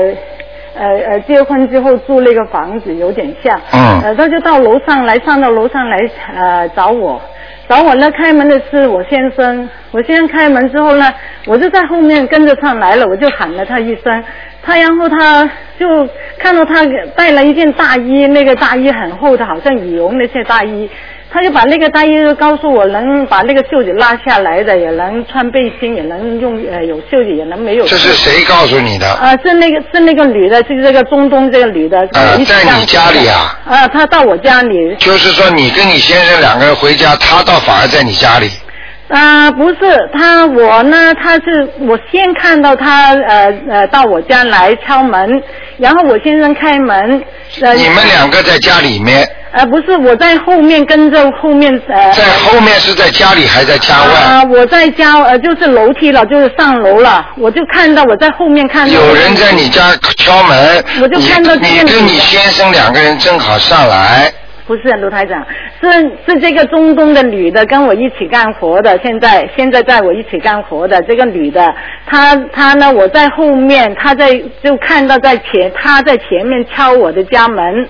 [SPEAKER 5] 呃呃，结婚之后住那个房子有点像，
[SPEAKER 1] 嗯
[SPEAKER 5] 呃，他就到楼上来，上到楼上来呃找我，找我呢。开门的是我先生，我先生开门之后呢，我就在后面跟着上来了，我就喊了他一声，他然后他就看到他带了一件大衣，那个大衣很厚的，好像羽绒那些大衣。他就把那个大衣就告诉我，能把那个袖子拉下来的，也能穿背心，也能用呃有袖子，也能没有袖
[SPEAKER 1] 这
[SPEAKER 5] 子。
[SPEAKER 1] 是谁告诉你的？
[SPEAKER 5] 啊，是那个是那个女的，是这个中东这个女的。
[SPEAKER 1] 啊
[SPEAKER 5] 一起
[SPEAKER 1] 在你
[SPEAKER 5] 上去
[SPEAKER 1] 家
[SPEAKER 5] 的
[SPEAKER 1] 里啊？
[SPEAKER 5] 啊，她到我家里。
[SPEAKER 1] 就是说你跟你先生两个人回家，他倒反而在你家里。
[SPEAKER 5] 啊、不是她，我呢，她是我先看到她呃呃到我家来敲门，然后我先生开门。
[SPEAKER 4] 哎
[SPEAKER 5] 呃
[SPEAKER 1] 你们两个在家里面，
[SPEAKER 5] 呃，不是，我在后面跟着后面呃。
[SPEAKER 1] 在后面是在家里还在家
[SPEAKER 5] 啊、
[SPEAKER 1] 外？
[SPEAKER 5] 我在家呃，就是楼梯了，就是上楼了，我就看啊到我在后面看到
[SPEAKER 1] 有人在你家敲门，
[SPEAKER 5] 我就
[SPEAKER 1] 你
[SPEAKER 5] 看到这个
[SPEAKER 1] 你
[SPEAKER 5] 女的
[SPEAKER 1] 跟你先生两个人正好上来，
[SPEAKER 5] 不是卢台长，是是这个中东的女的跟我一起干活的，现在现在在我一起干活的这个女的，她她呢我在后面，她在就看到在前她在前面敲我的家门。
[SPEAKER 1] 嗯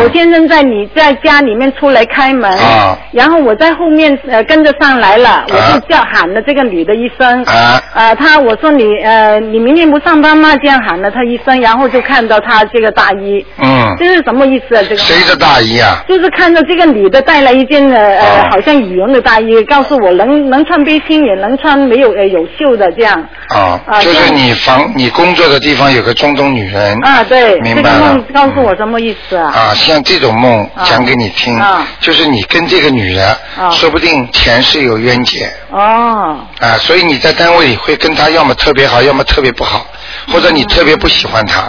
[SPEAKER 5] 我先生在你在家里面出来开门，
[SPEAKER 1] 啊
[SPEAKER 5] 然后我在后面呃跟着上来了，我
[SPEAKER 1] 啊
[SPEAKER 5] 就叫喊了这个女的一声，
[SPEAKER 1] 啊
[SPEAKER 5] 呃，她我说你呃你明天不上班吗？这样喊了她一声，然后就看到她这个大衣，
[SPEAKER 1] 嗯，
[SPEAKER 5] 这是什么意思啊？这个
[SPEAKER 1] 谁的大衣啊？
[SPEAKER 5] 就是看到这个女的带了一件呃
[SPEAKER 1] 啊
[SPEAKER 5] 呃，好像羽绒的大衣，告诉我能能穿背心，也能穿没有呃有袖的这样。
[SPEAKER 1] 啊，
[SPEAKER 5] 啊
[SPEAKER 1] 就
[SPEAKER 5] 这
[SPEAKER 1] 是
[SPEAKER 5] 样
[SPEAKER 1] 你房你工作的地方有个中东女人
[SPEAKER 5] 啊，对，
[SPEAKER 1] 嗯明
[SPEAKER 5] 这个
[SPEAKER 1] 白了嗯
[SPEAKER 5] 梦告诉我什么意思啊？
[SPEAKER 1] 啊，像这种梦
[SPEAKER 5] 啊
[SPEAKER 1] 讲给你听
[SPEAKER 5] 啊，
[SPEAKER 1] 就是你跟这个女人，
[SPEAKER 5] 啊
[SPEAKER 1] 说不定前世有冤结
[SPEAKER 5] 哦，
[SPEAKER 1] 啊，所以你在单位里会跟她要么特别好，要么特别不好，或者你
[SPEAKER 5] 嗯
[SPEAKER 1] 特别不喜欢她。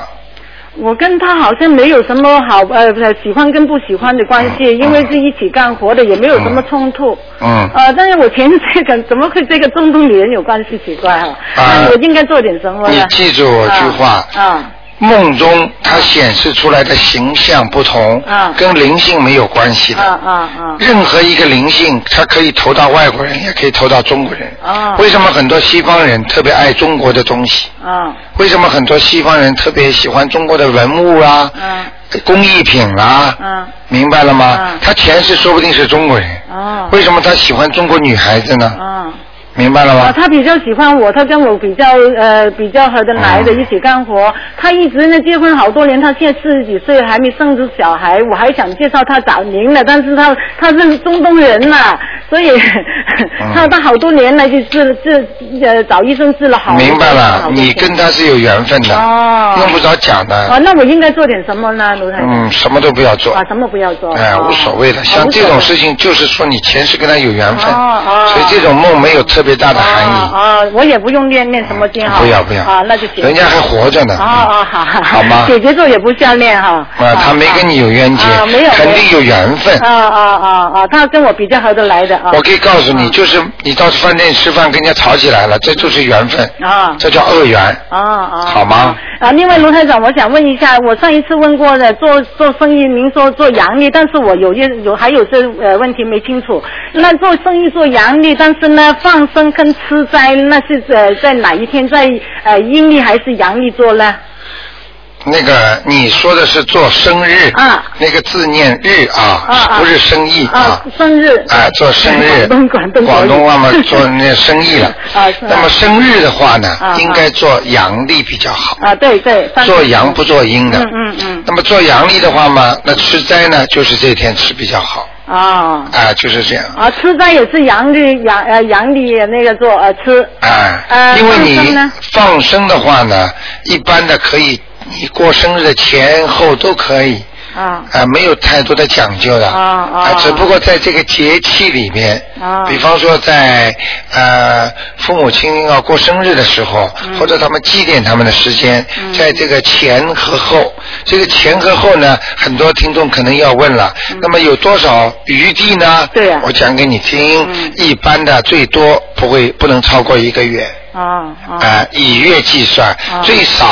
[SPEAKER 5] 我跟他好像没有什么好呃不是喜欢跟不喜欢的关系，因为是一起干活的，也没有什么冲突。
[SPEAKER 1] 嗯，
[SPEAKER 5] 呃，但是我前这个怎么会这个中东女人有关系？奇怪啊！那我应该做点什么
[SPEAKER 1] 你
[SPEAKER 5] 呢？
[SPEAKER 1] 记住我句话，
[SPEAKER 5] 啊啊
[SPEAKER 1] 梦中它显示出来的形象不同
[SPEAKER 5] 啊，
[SPEAKER 1] 跟灵性没有关系
[SPEAKER 5] 啊
[SPEAKER 1] 的。
[SPEAKER 5] 啊
[SPEAKER 1] 任何一个灵性，它可以投到外国人，也可以投到中国人。
[SPEAKER 5] 啊
[SPEAKER 1] 为什么很多西方人特别爱中国的东西？
[SPEAKER 5] 啊啊！
[SPEAKER 1] 为什么很多西方人特别喜欢中国的文物啊、
[SPEAKER 5] 嗯
[SPEAKER 1] 工艺品啦、
[SPEAKER 5] 嗯
[SPEAKER 1] 明白了吗？
[SPEAKER 5] 嗯
[SPEAKER 1] 他前世说不定是中国人，
[SPEAKER 5] 哦
[SPEAKER 1] 为什么他喜欢中国女孩子呢？
[SPEAKER 5] 啊
[SPEAKER 1] 明白了
[SPEAKER 5] 啊，
[SPEAKER 1] 吗？
[SPEAKER 5] 他比较喜欢我，他跟我比较呃比较合得来的，
[SPEAKER 1] 嗯
[SPEAKER 5] 一起干活。他一直呢结婚好多年，他现在四十几岁还没生出小孩，我还想介绍他找您呢，但是他他是中东人呐、所以
[SPEAKER 1] 哦
[SPEAKER 5] 他他好多年来就治治呃找医生治了好多
[SPEAKER 1] 明白
[SPEAKER 5] 好
[SPEAKER 1] 了，
[SPEAKER 5] 多
[SPEAKER 1] 你
[SPEAKER 5] 钱
[SPEAKER 1] 跟他是有缘分的，
[SPEAKER 5] 哦
[SPEAKER 1] 用不着讲
[SPEAKER 5] 啊，
[SPEAKER 1] 的。
[SPEAKER 5] 那我应该做点什么呢，卢台长？
[SPEAKER 1] 嗯，什么都不要做
[SPEAKER 5] 啊，，什么不要做？
[SPEAKER 1] 哎，
[SPEAKER 5] 哦
[SPEAKER 1] 无所谓的。像这种事情，就是说你前世跟他有缘分，
[SPEAKER 5] 哦哦
[SPEAKER 1] 所以这种梦没有特别大的含义。
[SPEAKER 5] 啊，哦我也不用念念什么经哈。
[SPEAKER 1] 不要不要
[SPEAKER 5] 啊，那就行。
[SPEAKER 1] 人家还活着呢。
[SPEAKER 5] 哦哦，好，
[SPEAKER 1] 好吗
[SPEAKER 5] 姐姐做也不需要念哈。
[SPEAKER 1] 啊，他没跟你有冤结
[SPEAKER 5] 啊，哦没有，
[SPEAKER 1] 肯定有缘分。
[SPEAKER 5] 啊啊啊啊！他跟我比较合得来的啊。
[SPEAKER 1] 我可以告诉你，就是你到饭店吃饭跟人家吵起
[SPEAKER 5] 嗯
[SPEAKER 1] 来了，这就是缘分，
[SPEAKER 5] 啊。
[SPEAKER 1] 这叫恶缘。
[SPEAKER 5] 啊啊，
[SPEAKER 1] 好吗？
[SPEAKER 5] 啊，另外卢台长，我想问一下，我上一次问过的，做做生意，您说做阳历，但是我有一有还有这呃问题没清楚。那做生意做阳历，但是呢放生跟吃斋，那是呃在哪一天，在呃阴历还是阳历做呢？
[SPEAKER 1] 那个你说的是做生日，
[SPEAKER 5] 啊
[SPEAKER 1] 那个字念日啊，
[SPEAKER 5] 啊
[SPEAKER 1] 不是生意啊
[SPEAKER 5] 啊，。生日。
[SPEAKER 1] 哎，做生 日，
[SPEAKER 5] 广东广东。
[SPEAKER 1] 广东话嘛，做那生意了
[SPEAKER 5] 啊是啊
[SPEAKER 1] 那么生日的话呢
[SPEAKER 5] 啊啊，
[SPEAKER 1] 应该做阳历比较好，
[SPEAKER 5] 啊，对对。放生
[SPEAKER 1] 做阳不做阴的。
[SPEAKER 5] 嗯嗯嗯。
[SPEAKER 1] 那么做阳历的话嘛，那吃斋呢，就是这天吃比较好，
[SPEAKER 5] 啊
[SPEAKER 1] 啊，就是这样，
[SPEAKER 5] 啊，吃斋也是阳历阳呃阳历那个做呃吃。
[SPEAKER 1] 啊，
[SPEAKER 5] 呃
[SPEAKER 1] 因为
[SPEAKER 5] 放生
[SPEAKER 1] 你
[SPEAKER 5] 呢
[SPEAKER 1] 放生的话呢，一般的可以，你过生日的前后都可以，
[SPEAKER 5] 啊
[SPEAKER 1] 啊，没有太多的讲究的，
[SPEAKER 5] 啊啊
[SPEAKER 1] 只不过在这个节气里面，
[SPEAKER 5] 啊
[SPEAKER 1] 比方说在呃父母亲要过生日的时候，
[SPEAKER 5] 嗯
[SPEAKER 1] 或者他们祭奠他们的时间，在这个前和后，这个前和后呢，很多听众可能要问了，那么有多少余地呢？
[SPEAKER 5] 嗯对呀嗯
[SPEAKER 1] 我讲给你听，一般的最多不会不能超过一个月。
[SPEAKER 5] 啊啊。
[SPEAKER 1] 啊，以月计算，
[SPEAKER 5] 啊
[SPEAKER 1] 最少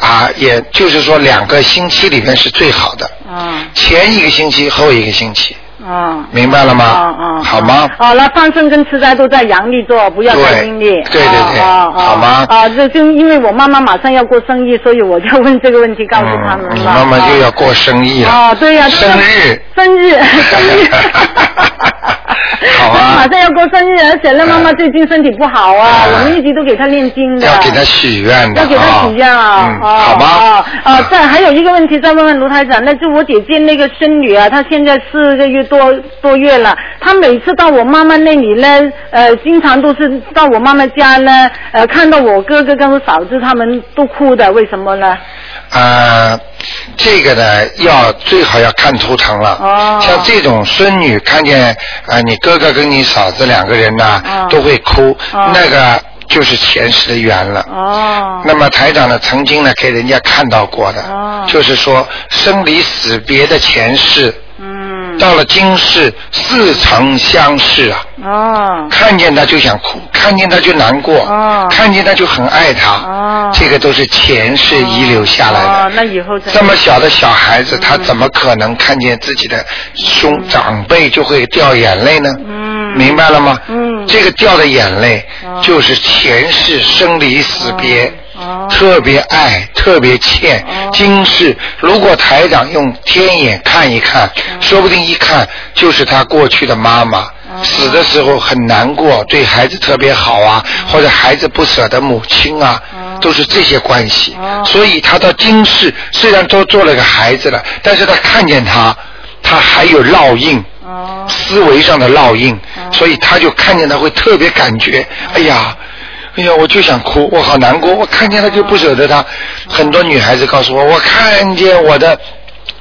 [SPEAKER 1] 啊，也就是说两个星期里面是最好的，
[SPEAKER 5] 啊
[SPEAKER 1] 前一个星期，后一个星期，
[SPEAKER 5] 啊。
[SPEAKER 1] 明白了吗？
[SPEAKER 5] 啊啊，
[SPEAKER 1] 好吗？
[SPEAKER 5] 哦，那放生跟吃斋都在阳历做，不要在阴历。
[SPEAKER 1] 对对对对
[SPEAKER 5] 哦哦哦
[SPEAKER 1] 好吗
[SPEAKER 5] 啊，就就因为我妈妈马上要过生日，所以我就问这个问题告诉他们了。
[SPEAKER 1] 嗯，你妈妈又要过生意了，
[SPEAKER 5] 哦，对呀、
[SPEAKER 1] 生 日，。
[SPEAKER 5] 生日，生日
[SPEAKER 1] 好啊
[SPEAKER 5] 马上要过生日，而且那妈妈
[SPEAKER 1] 嗯
[SPEAKER 5] 最近身体不好啊，
[SPEAKER 1] 嗯
[SPEAKER 5] 我们一直都给她念经的。
[SPEAKER 1] 要给她许愿的
[SPEAKER 5] 要给他
[SPEAKER 1] 啊
[SPEAKER 5] 许愿啊，
[SPEAKER 1] 嗯，
[SPEAKER 5] 哦
[SPEAKER 1] 好吗
[SPEAKER 5] 哦？哦，再还有一个问题，再问问卢台长，那就我姐姐那个孙女啊，她现在四个月多多月了，她每次到我妈妈那里呢，呃，经常都是到我妈妈家呢，呃，看到我哥哥跟我嫂子他们都哭的，为什么呢？
[SPEAKER 1] 呃，这个呢，要最好要看图腾了。
[SPEAKER 5] 哦
[SPEAKER 1] 像这种孙女看见呃你哥哥跟你嫂子两个人呢，
[SPEAKER 5] 哦
[SPEAKER 1] 都会哭，
[SPEAKER 5] 哦
[SPEAKER 1] 那个就是前世的缘了。
[SPEAKER 5] 哦，
[SPEAKER 1] 那么台长呢，曾经呢给人家看到过的，
[SPEAKER 5] 哦
[SPEAKER 1] 就是说生离死别的前世，
[SPEAKER 5] 嗯，
[SPEAKER 1] 到了今世似曾相识啊，
[SPEAKER 5] 哦，
[SPEAKER 1] 看见他就想哭，看见他就难过，
[SPEAKER 5] 哦
[SPEAKER 1] 看见他就很爱他，
[SPEAKER 5] 哦
[SPEAKER 1] 这个都是前世遗留下来的。
[SPEAKER 5] 哦，那嗯以后才
[SPEAKER 1] 这么小的小孩子，他怎么可能看见自己的兄长辈就会掉眼泪呢？
[SPEAKER 5] 嗯
[SPEAKER 1] 明白了吗？
[SPEAKER 5] 嗯
[SPEAKER 1] 这个掉的眼泪
[SPEAKER 5] 哦
[SPEAKER 1] 就是前世生离死别
[SPEAKER 5] 哦哦，
[SPEAKER 1] 特别爱，特别欠
[SPEAKER 5] 哦。
[SPEAKER 1] 今世如果台长用天眼看一看，
[SPEAKER 5] 嗯
[SPEAKER 1] 说不定一看就是他过去的妈妈。
[SPEAKER 5] 哦
[SPEAKER 1] 死的时候很难过，对孩子特别好啊，
[SPEAKER 5] 哦
[SPEAKER 1] 或者孩子不舍得母亲啊，都是这些关系。
[SPEAKER 5] 哦
[SPEAKER 1] 所以他到今世虽然都做了个孩子了，但是他看见他，他还有烙印，
[SPEAKER 5] 哦
[SPEAKER 1] 思维上的烙印，所以他就看见他会特别感觉，
[SPEAKER 5] 哦
[SPEAKER 1] 哎呀。哎呀，我就想哭，我好难过，我看见他就不舍得
[SPEAKER 5] 哦
[SPEAKER 1] 他。很多女孩子告诉我，我看见我的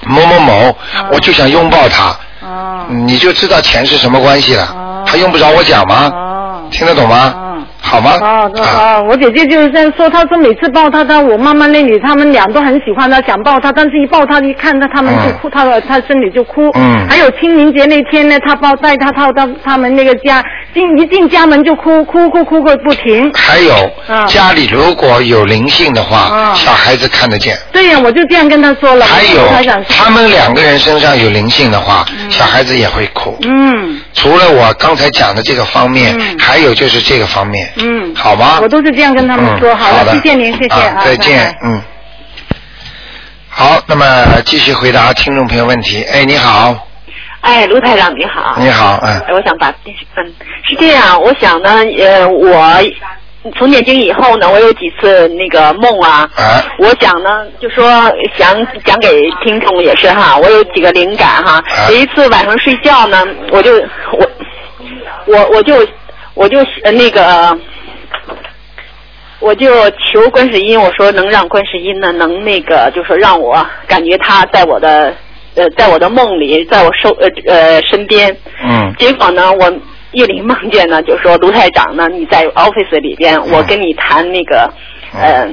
[SPEAKER 1] 某某某，我就想拥抱他，
[SPEAKER 5] 哦
[SPEAKER 1] 嗯你就知道钱是什么关系了
[SPEAKER 5] 哦，
[SPEAKER 1] 还用不着我讲吗？
[SPEAKER 5] 哦。
[SPEAKER 1] 听得懂吗
[SPEAKER 5] 哦？
[SPEAKER 1] 好吗？
[SPEAKER 5] 哦
[SPEAKER 1] 啊，
[SPEAKER 5] 哦，我姐姐就是这样说，她说每次抱她，她我妈妈那里，他们俩都很喜欢她，想抱她，但是一抱她，一看她，他们就哭，她她孙女就哭。
[SPEAKER 1] 嗯
[SPEAKER 5] 还有清明节那天呢，她抱带她到到他们那个家，进一进家门就哭，哭哭哭个不停。
[SPEAKER 1] 还有
[SPEAKER 5] 嗯
[SPEAKER 1] 家里如果有灵性的话，
[SPEAKER 5] 嗯
[SPEAKER 1] 小孩子看得见。
[SPEAKER 5] 对呀、我就这样跟她说了。
[SPEAKER 1] 还
[SPEAKER 5] 台长
[SPEAKER 1] 有，他们两个人身上有灵性的话，小孩子也会哭。
[SPEAKER 5] 嗯
[SPEAKER 1] 除了我刚才讲的这个方面，
[SPEAKER 5] 嗯
[SPEAKER 1] 还有就是这个方面，
[SPEAKER 5] 嗯，
[SPEAKER 1] 好吗？
[SPEAKER 5] 我都是这样跟他们说。
[SPEAKER 1] 嗯
[SPEAKER 5] 好
[SPEAKER 1] 好的
[SPEAKER 5] 了，谢谢您，谢谢
[SPEAKER 1] 啊再
[SPEAKER 5] 拜
[SPEAKER 1] 见
[SPEAKER 5] 拜，
[SPEAKER 1] 嗯。好，那么继续回答听众朋友问题。哎，你好，
[SPEAKER 6] 哎，卢台长你好。
[SPEAKER 1] 你好，嗯
[SPEAKER 6] 哎，我想把嗯是这样，我想呢，呃，我从念经以后呢，我有几次那个梦啊，
[SPEAKER 1] 啊
[SPEAKER 6] 我想呢，就说想讲给听众也是哈，我有几个灵感哈，
[SPEAKER 1] 啊
[SPEAKER 6] 有一次晚上睡觉呢，我就我。我我就我就呃那个，我就求观世音，我说能让观世音呢，能那个，就说让我感觉他在我的呃，在我的梦里，在我身呃呃身边。
[SPEAKER 1] 嗯
[SPEAKER 6] 结果呢，我夜里梦见呢，就说卢台长呢，你在 office 里边，
[SPEAKER 1] 嗯
[SPEAKER 6] 我跟你谈那个，呃，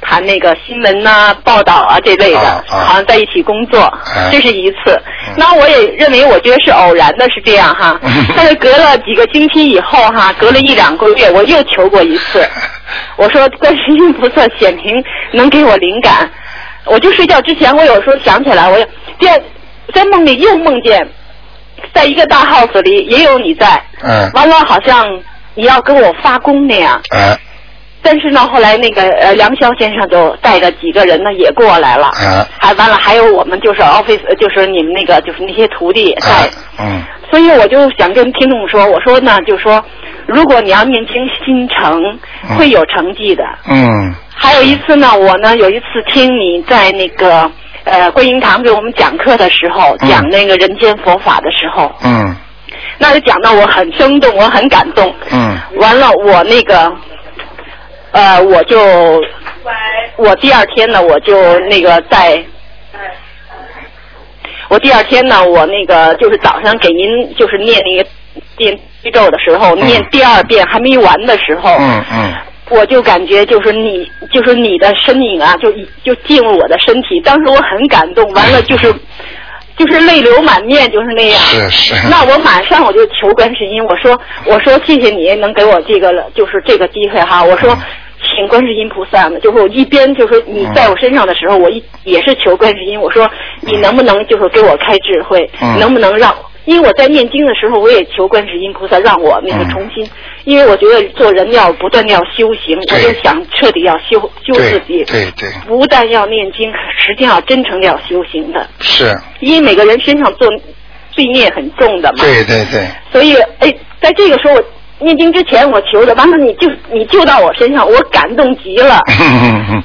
[SPEAKER 6] 谈那个新闻呐、报道啊这类的，
[SPEAKER 1] 啊啊
[SPEAKER 6] 好像在一起工作
[SPEAKER 1] 哎，
[SPEAKER 6] 这是一次。那我也认为，我觉得是偶然的，是这样哈。但是隔了几个星期以后哈，隔了一两个月，我又求过一次，我说观世音菩萨显灵能给我灵感，我就睡觉之前，我有时候想起来，我有第二在梦里又梦见。在一个大 house 里也有你在，
[SPEAKER 1] 嗯
[SPEAKER 6] 完了好像你要跟我发功那样。
[SPEAKER 1] 啊
[SPEAKER 6] 但是呢，后来那个呃梁霄先生就带着几个人呢也过来了，
[SPEAKER 1] 啊
[SPEAKER 6] 还完了还有我们就是 office 呃就是你们那个就是那些徒弟在，
[SPEAKER 1] 啊嗯
[SPEAKER 6] 所以我就想跟听众说，我说呢就说，如果你要念经心诚，
[SPEAKER 1] 嗯
[SPEAKER 6] 会有成绩的。
[SPEAKER 1] 嗯
[SPEAKER 6] 还有一次呢，我呢有一次听你在那个呃观音堂给我们讲课的时候，
[SPEAKER 1] 嗯
[SPEAKER 6] 讲那个人间佛法的时候，
[SPEAKER 1] 嗯
[SPEAKER 6] 那就讲到我很生动，我很感动。
[SPEAKER 1] 嗯
[SPEAKER 6] 完了，我那个，呃，我就，我第二天呢，我就那个在，我第二天呢，我那个就是早上给您就是念那个念宇宙的时候，
[SPEAKER 1] 嗯
[SPEAKER 6] 念第二遍还没完的时候，
[SPEAKER 1] 嗯嗯
[SPEAKER 6] 我就感觉就是你，就是你的身影啊，就一就进入我的身体。当时我很感动，完了就是就是泪流满面，就是那样。
[SPEAKER 1] 是是
[SPEAKER 6] 那我马上我就求观世音，我说我说谢谢你能给我这个了就是这个机会哈，我说。
[SPEAKER 1] 嗯
[SPEAKER 6] 请观世音菩萨呢，就是我一边就是你在我身上的时
[SPEAKER 1] 嗯
[SPEAKER 6] 候，我一也是求观世音，我说你能不能就是给我开智慧，
[SPEAKER 1] 嗯
[SPEAKER 6] 能不能让，因为我在念经的时候，我也求观世音菩萨让我那个
[SPEAKER 1] 嗯
[SPEAKER 6] 重新，因为我觉得做人要不断的要修行，我
[SPEAKER 1] 对
[SPEAKER 6] 就想彻底要修修
[SPEAKER 1] 对
[SPEAKER 6] 自己，
[SPEAKER 1] 对对
[SPEAKER 6] 不但要念经，实际上要真诚地要修行的，
[SPEAKER 1] 是，
[SPEAKER 6] 因为每个人身上做罪孽很重的嘛，
[SPEAKER 1] 对对对，
[SPEAKER 6] 所以哎，在这个时候我。念经之前我求的，完了你就你就到我身上，我感动极 了。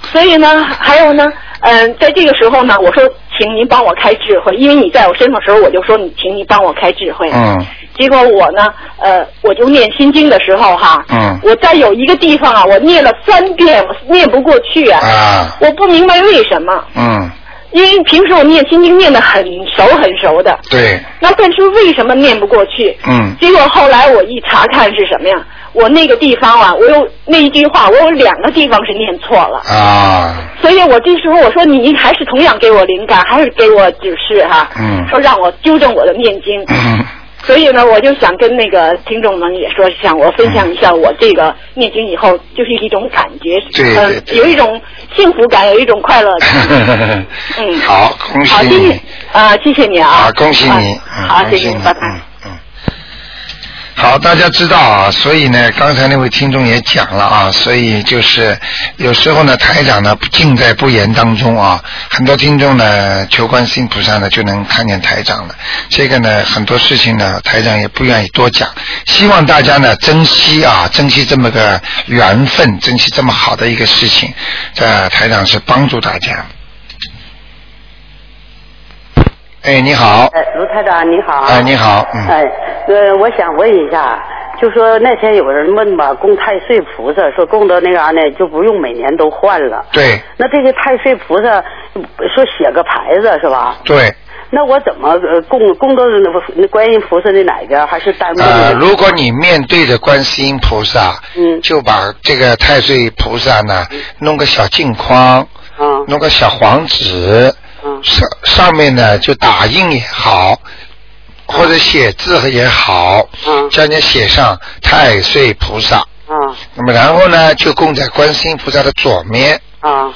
[SPEAKER 6] 所以呢，还有呢，嗯、在这个时候呢，我说请您帮我开智慧，因为你在我身上的时候，我就说你请你帮我开智慧。
[SPEAKER 1] 嗯
[SPEAKER 6] 结果我呢，呃，我就念心经的时候哈，
[SPEAKER 1] 嗯
[SPEAKER 6] 我在有一个地方啊，我念了三遍，我念不过去啊，
[SPEAKER 1] 啊
[SPEAKER 6] 我不明白为什么，
[SPEAKER 1] 嗯
[SPEAKER 6] 因为平时我念心经念得很熟很熟的，
[SPEAKER 1] 对
[SPEAKER 6] 那但是为什么念不过去？
[SPEAKER 1] 嗯
[SPEAKER 6] 结果后来我一查看是什么呀？我那个地方啊，我有那一句话，我有两个地方是念错了，
[SPEAKER 1] 啊
[SPEAKER 6] 所以我这时候我说你还是同样给我灵感，还是给我指示哈、
[SPEAKER 1] 嗯
[SPEAKER 6] 说让我纠正我的念经。
[SPEAKER 1] 嗯
[SPEAKER 6] 所以呢，我就想跟那个听众们也说，想我分享一下我这个念经以后，就是一种感觉，
[SPEAKER 1] 对
[SPEAKER 6] 呃
[SPEAKER 1] 对对
[SPEAKER 6] 有一种幸福感，有一种快乐感。
[SPEAKER 1] 嗯
[SPEAKER 6] 嗯，
[SPEAKER 1] 好，恭
[SPEAKER 6] 好，
[SPEAKER 1] 喜
[SPEAKER 6] 谢谢
[SPEAKER 1] 你。
[SPEAKER 6] 啊、谢谢你啊，
[SPEAKER 1] 啊，恭喜你，
[SPEAKER 6] 啊
[SPEAKER 1] 嗯
[SPEAKER 6] 好，
[SPEAKER 1] 恭
[SPEAKER 6] 谢
[SPEAKER 1] 喜
[SPEAKER 6] 谢
[SPEAKER 1] 你，
[SPEAKER 6] 拜拜。
[SPEAKER 1] 嗯嗯。好，大家知道啊，所以呢，刚才那位听众也讲了啊，所以就是有时候呢，台长呢尽在不言当中啊，很多听众呢求观世音菩萨呢就能看见台长了。这个呢，很多事情呢，台长也不愿意多讲，希望大家呢珍惜啊，珍惜这么个缘分，珍惜这么好的一个事情，这台长是帮助大家。哎，你好。
[SPEAKER 7] 哎，卢台长你好。
[SPEAKER 1] 哎，你好，嗯，
[SPEAKER 7] 哎，呃，我想问一下，就说那天有人问吧，供太岁菩萨，说供的那啥呢，就不用每年都换了。
[SPEAKER 1] 对
[SPEAKER 7] 那这个太岁菩萨嗯说写个牌子是吧？
[SPEAKER 1] 对，
[SPEAKER 7] 那我怎么呃供供到那那观音菩萨的哪边？还是单位的？
[SPEAKER 1] 呃，如果你面对着观世音菩萨，
[SPEAKER 7] 嗯
[SPEAKER 1] 就把这个太岁菩萨呢，弄个小镜框，
[SPEAKER 7] 嗯
[SPEAKER 1] 弄个小黄纸，
[SPEAKER 7] 嗯
[SPEAKER 1] 上上面呢就打印也好，或者写字也好，
[SPEAKER 7] 嗯
[SPEAKER 1] 叫你写上太岁菩萨，
[SPEAKER 7] 啊
[SPEAKER 1] 那么然后呢就供在观世音菩萨的左面。
[SPEAKER 7] 啊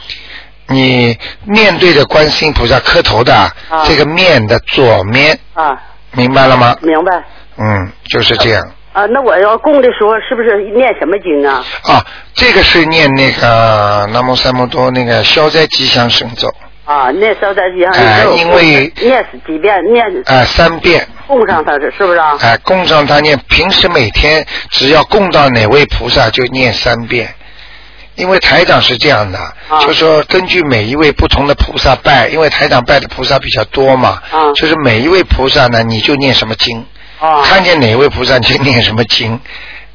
[SPEAKER 1] 你面对着观世音菩萨磕头的、
[SPEAKER 7] 嗯
[SPEAKER 1] 这个面的左面，
[SPEAKER 7] 啊，
[SPEAKER 1] 明白了吗？
[SPEAKER 7] 明白。
[SPEAKER 1] 嗯，就是这样。
[SPEAKER 7] 啊，那我要供的时候是不是念什么经啊？
[SPEAKER 1] 啊，这个是念那个南无三摩多那个消灾吉祥神咒，
[SPEAKER 7] 啊，念消灾吉祥
[SPEAKER 1] 哎
[SPEAKER 7] 咒
[SPEAKER 1] 因为
[SPEAKER 7] 念几遍，念
[SPEAKER 1] 啊、三遍，
[SPEAKER 7] 供上它是是不是啊
[SPEAKER 1] 啊、？供上他念，平时每天只要供到哪位菩萨就念三遍。因为台长是这样的，
[SPEAKER 7] 啊
[SPEAKER 1] 就说根据每一位不同的菩萨拜，因为台长拜的菩萨比较多嘛，
[SPEAKER 7] 啊
[SPEAKER 1] 就是每一位菩萨呢，你就念什么经，
[SPEAKER 7] 啊
[SPEAKER 1] 看见哪位菩萨就念什么经，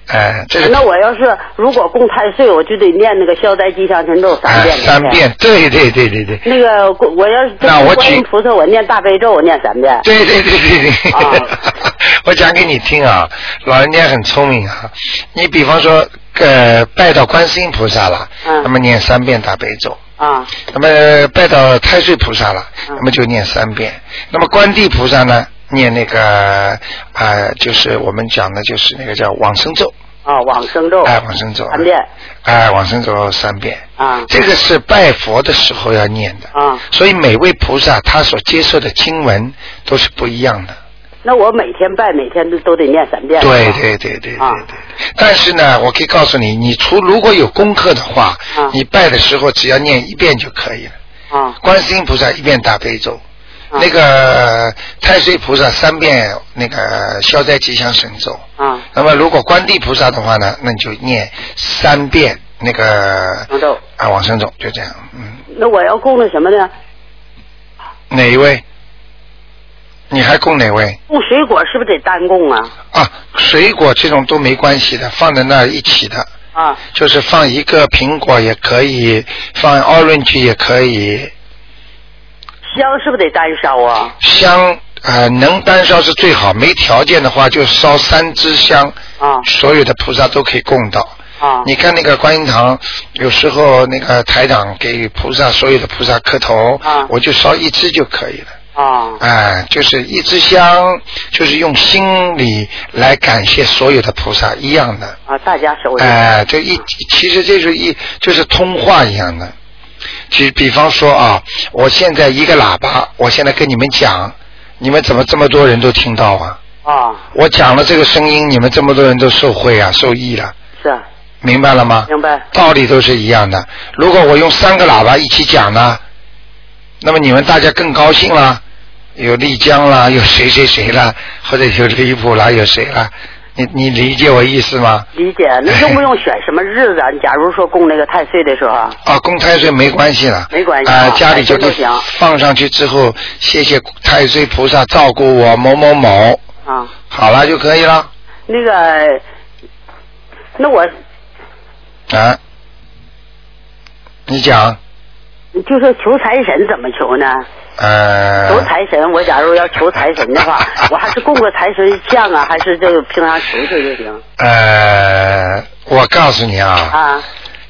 [SPEAKER 1] 哎，这是
[SPEAKER 7] 啊那我要是如果供太岁，我就得念那个消灾吉祥神咒三
[SPEAKER 1] 哎
[SPEAKER 7] 遍。
[SPEAKER 1] 三遍，对对对对对，
[SPEAKER 7] 那个供我要是真
[SPEAKER 1] 那我
[SPEAKER 7] 是观音
[SPEAKER 1] 请
[SPEAKER 7] 菩萨，我念大悲咒，我念三遍。
[SPEAKER 1] 对对对对对。
[SPEAKER 7] 啊
[SPEAKER 1] 我讲给你听啊，老人家很聪明啊。你比方说，呃，拜到观世音菩萨了，
[SPEAKER 7] 嗯
[SPEAKER 1] 那么念三遍大悲咒；
[SPEAKER 7] 啊
[SPEAKER 1] 那么拜到太岁菩萨了，
[SPEAKER 7] 嗯
[SPEAKER 1] 那么就念三遍；那么观地菩萨呢，念那个呃，就是我们讲的，就是那个叫往生咒，
[SPEAKER 7] 啊，往生咒
[SPEAKER 1] 哎，往生咒，
[SPEAKER 7] 三遍，
[SPEAKER 1] 哎，往生咒三遍。
[SPEAKER 7] 啊
[SPEAKER 1] 这个是拜佛的时候要念的，
[SPEAKER 7] 啊。
[SPEAKER 1] 所以每位菩萨他所接受的经文都是不一样的。
[SPEAKER 7] 那我每天拜，每天都得念三遍。
[SPEAKER 1] 对对对对对
[SPEAKER 7] 啊
[SPEAKER 1] 对。但是呢，我可以告诉你，你除如果有功课的话
[SPEAKER 7] 啊，
[SPEAKER 1] 你拜的时候只要念一遍就可以了。
[SPEAKER 7] 啊
[SPEAKER 1] 观世音菩萨一遍大悲咒，
[SPEAKER 7] 啊
[SPEAKER 1] 那个太岁菩萨三遍那个消灾吉祥神咒。
[SPEAKER 7] 啊，
[SPEAKER 1] 那么如果观地菩萨的话呢，那你就念三遍那个
[SPEAKER 7] 往生咒
[SPEAKER 1] 啊往生咒，就这样。嗯，
[SPEAKER 7] 那我要供的什么呢？
[SPEAKER 1] 哪一位？你还供哪位？
[SPEAKER 7] 供水果是不是得单供啊？
[SPEAKER 1] 啊，水果这种都没关系的，放在那儿一起的。
[SPEAKER 7] 啊
[SPEAKER 1] 就是放一个苹果也可以，放 orange 也可以，
[SPEAKER 7] 香是不是得单烧啊？
[SPEAKER 1] 香呃能单烧是最好，没条件的话就烧三支香，
[SPEAKER 7] 啊
[SPEAKER 1] 所有的菩萨都可以供到。
[SPEAKER 7] 啊
[SPEAKER 1] 你看那个观音堂，有时候那个台长给菩萨所有的菩萨磕头，
[SPEAKER 7] 啊
[SPEAKER 1] 我就烧一支就可以了。
[SPEAKER 7] 啊
[SPEAKER 1] 哎，就是一支香，就是用心里来感谢所有的菩萨一样的。
[SPEAKER 7] 啊！大家啊手里
[SPEAKER 1] 哎、这一其实这是一就是通话一样的。比比方说啊，我现在一个喇叭，我现在跟你们讲，你们怎么这么多人都听到啊？
[SPEAKER 7] 啊
[SPEAKER 1] 我讲了这个声音，你们这么多人都受惠啊，受益了，
[SPEAKER 7] 是啊
[SPEAKER 1] 明白了吗？
[SPEAKER 7] 明白
[SPEAKER 1] 道理都是一样的。如果我用三个喇叭一起讲呢，那么你们大家更高兴啦，有丽江啦，有谁谁谁啦，或者有李普啦，有谁啦？你你理解我意思吗？
[SPEAKER 7] 理解。那用不用选什么日子啊？你假如说供那个太岁的时候啊，
[SPEAKER 1] 啊，供太岁没关系了，
[SPEAKER 7] 没关系
[SPEAKER 1] 啊、
[SPEAKER 7] 啊
[SPEAKER 1] 家里就给
[SPEAKER 7] 哪天都行
[SPEAKER 1] 放上去之后，谢谢太岁菩萨照顾我某某某，
[SPEAKER 7] 啊，
[SPEAKER 1] 好了就可以了
[SPEAKER 7] 那个，那我
[SPEAKER 1] 啊。你讲，
[SPEAKER 7] 就说求财神怎么求呢？
[SPEAKER 1] 呃，
[SPEAKER 7] 求，财神，我假如要求财神的话 我还是供个财神像啊，还是就平常求求就行
[SPEAKER 1] 呃，我告诉你啊，
[SPEAKER 7] 啊？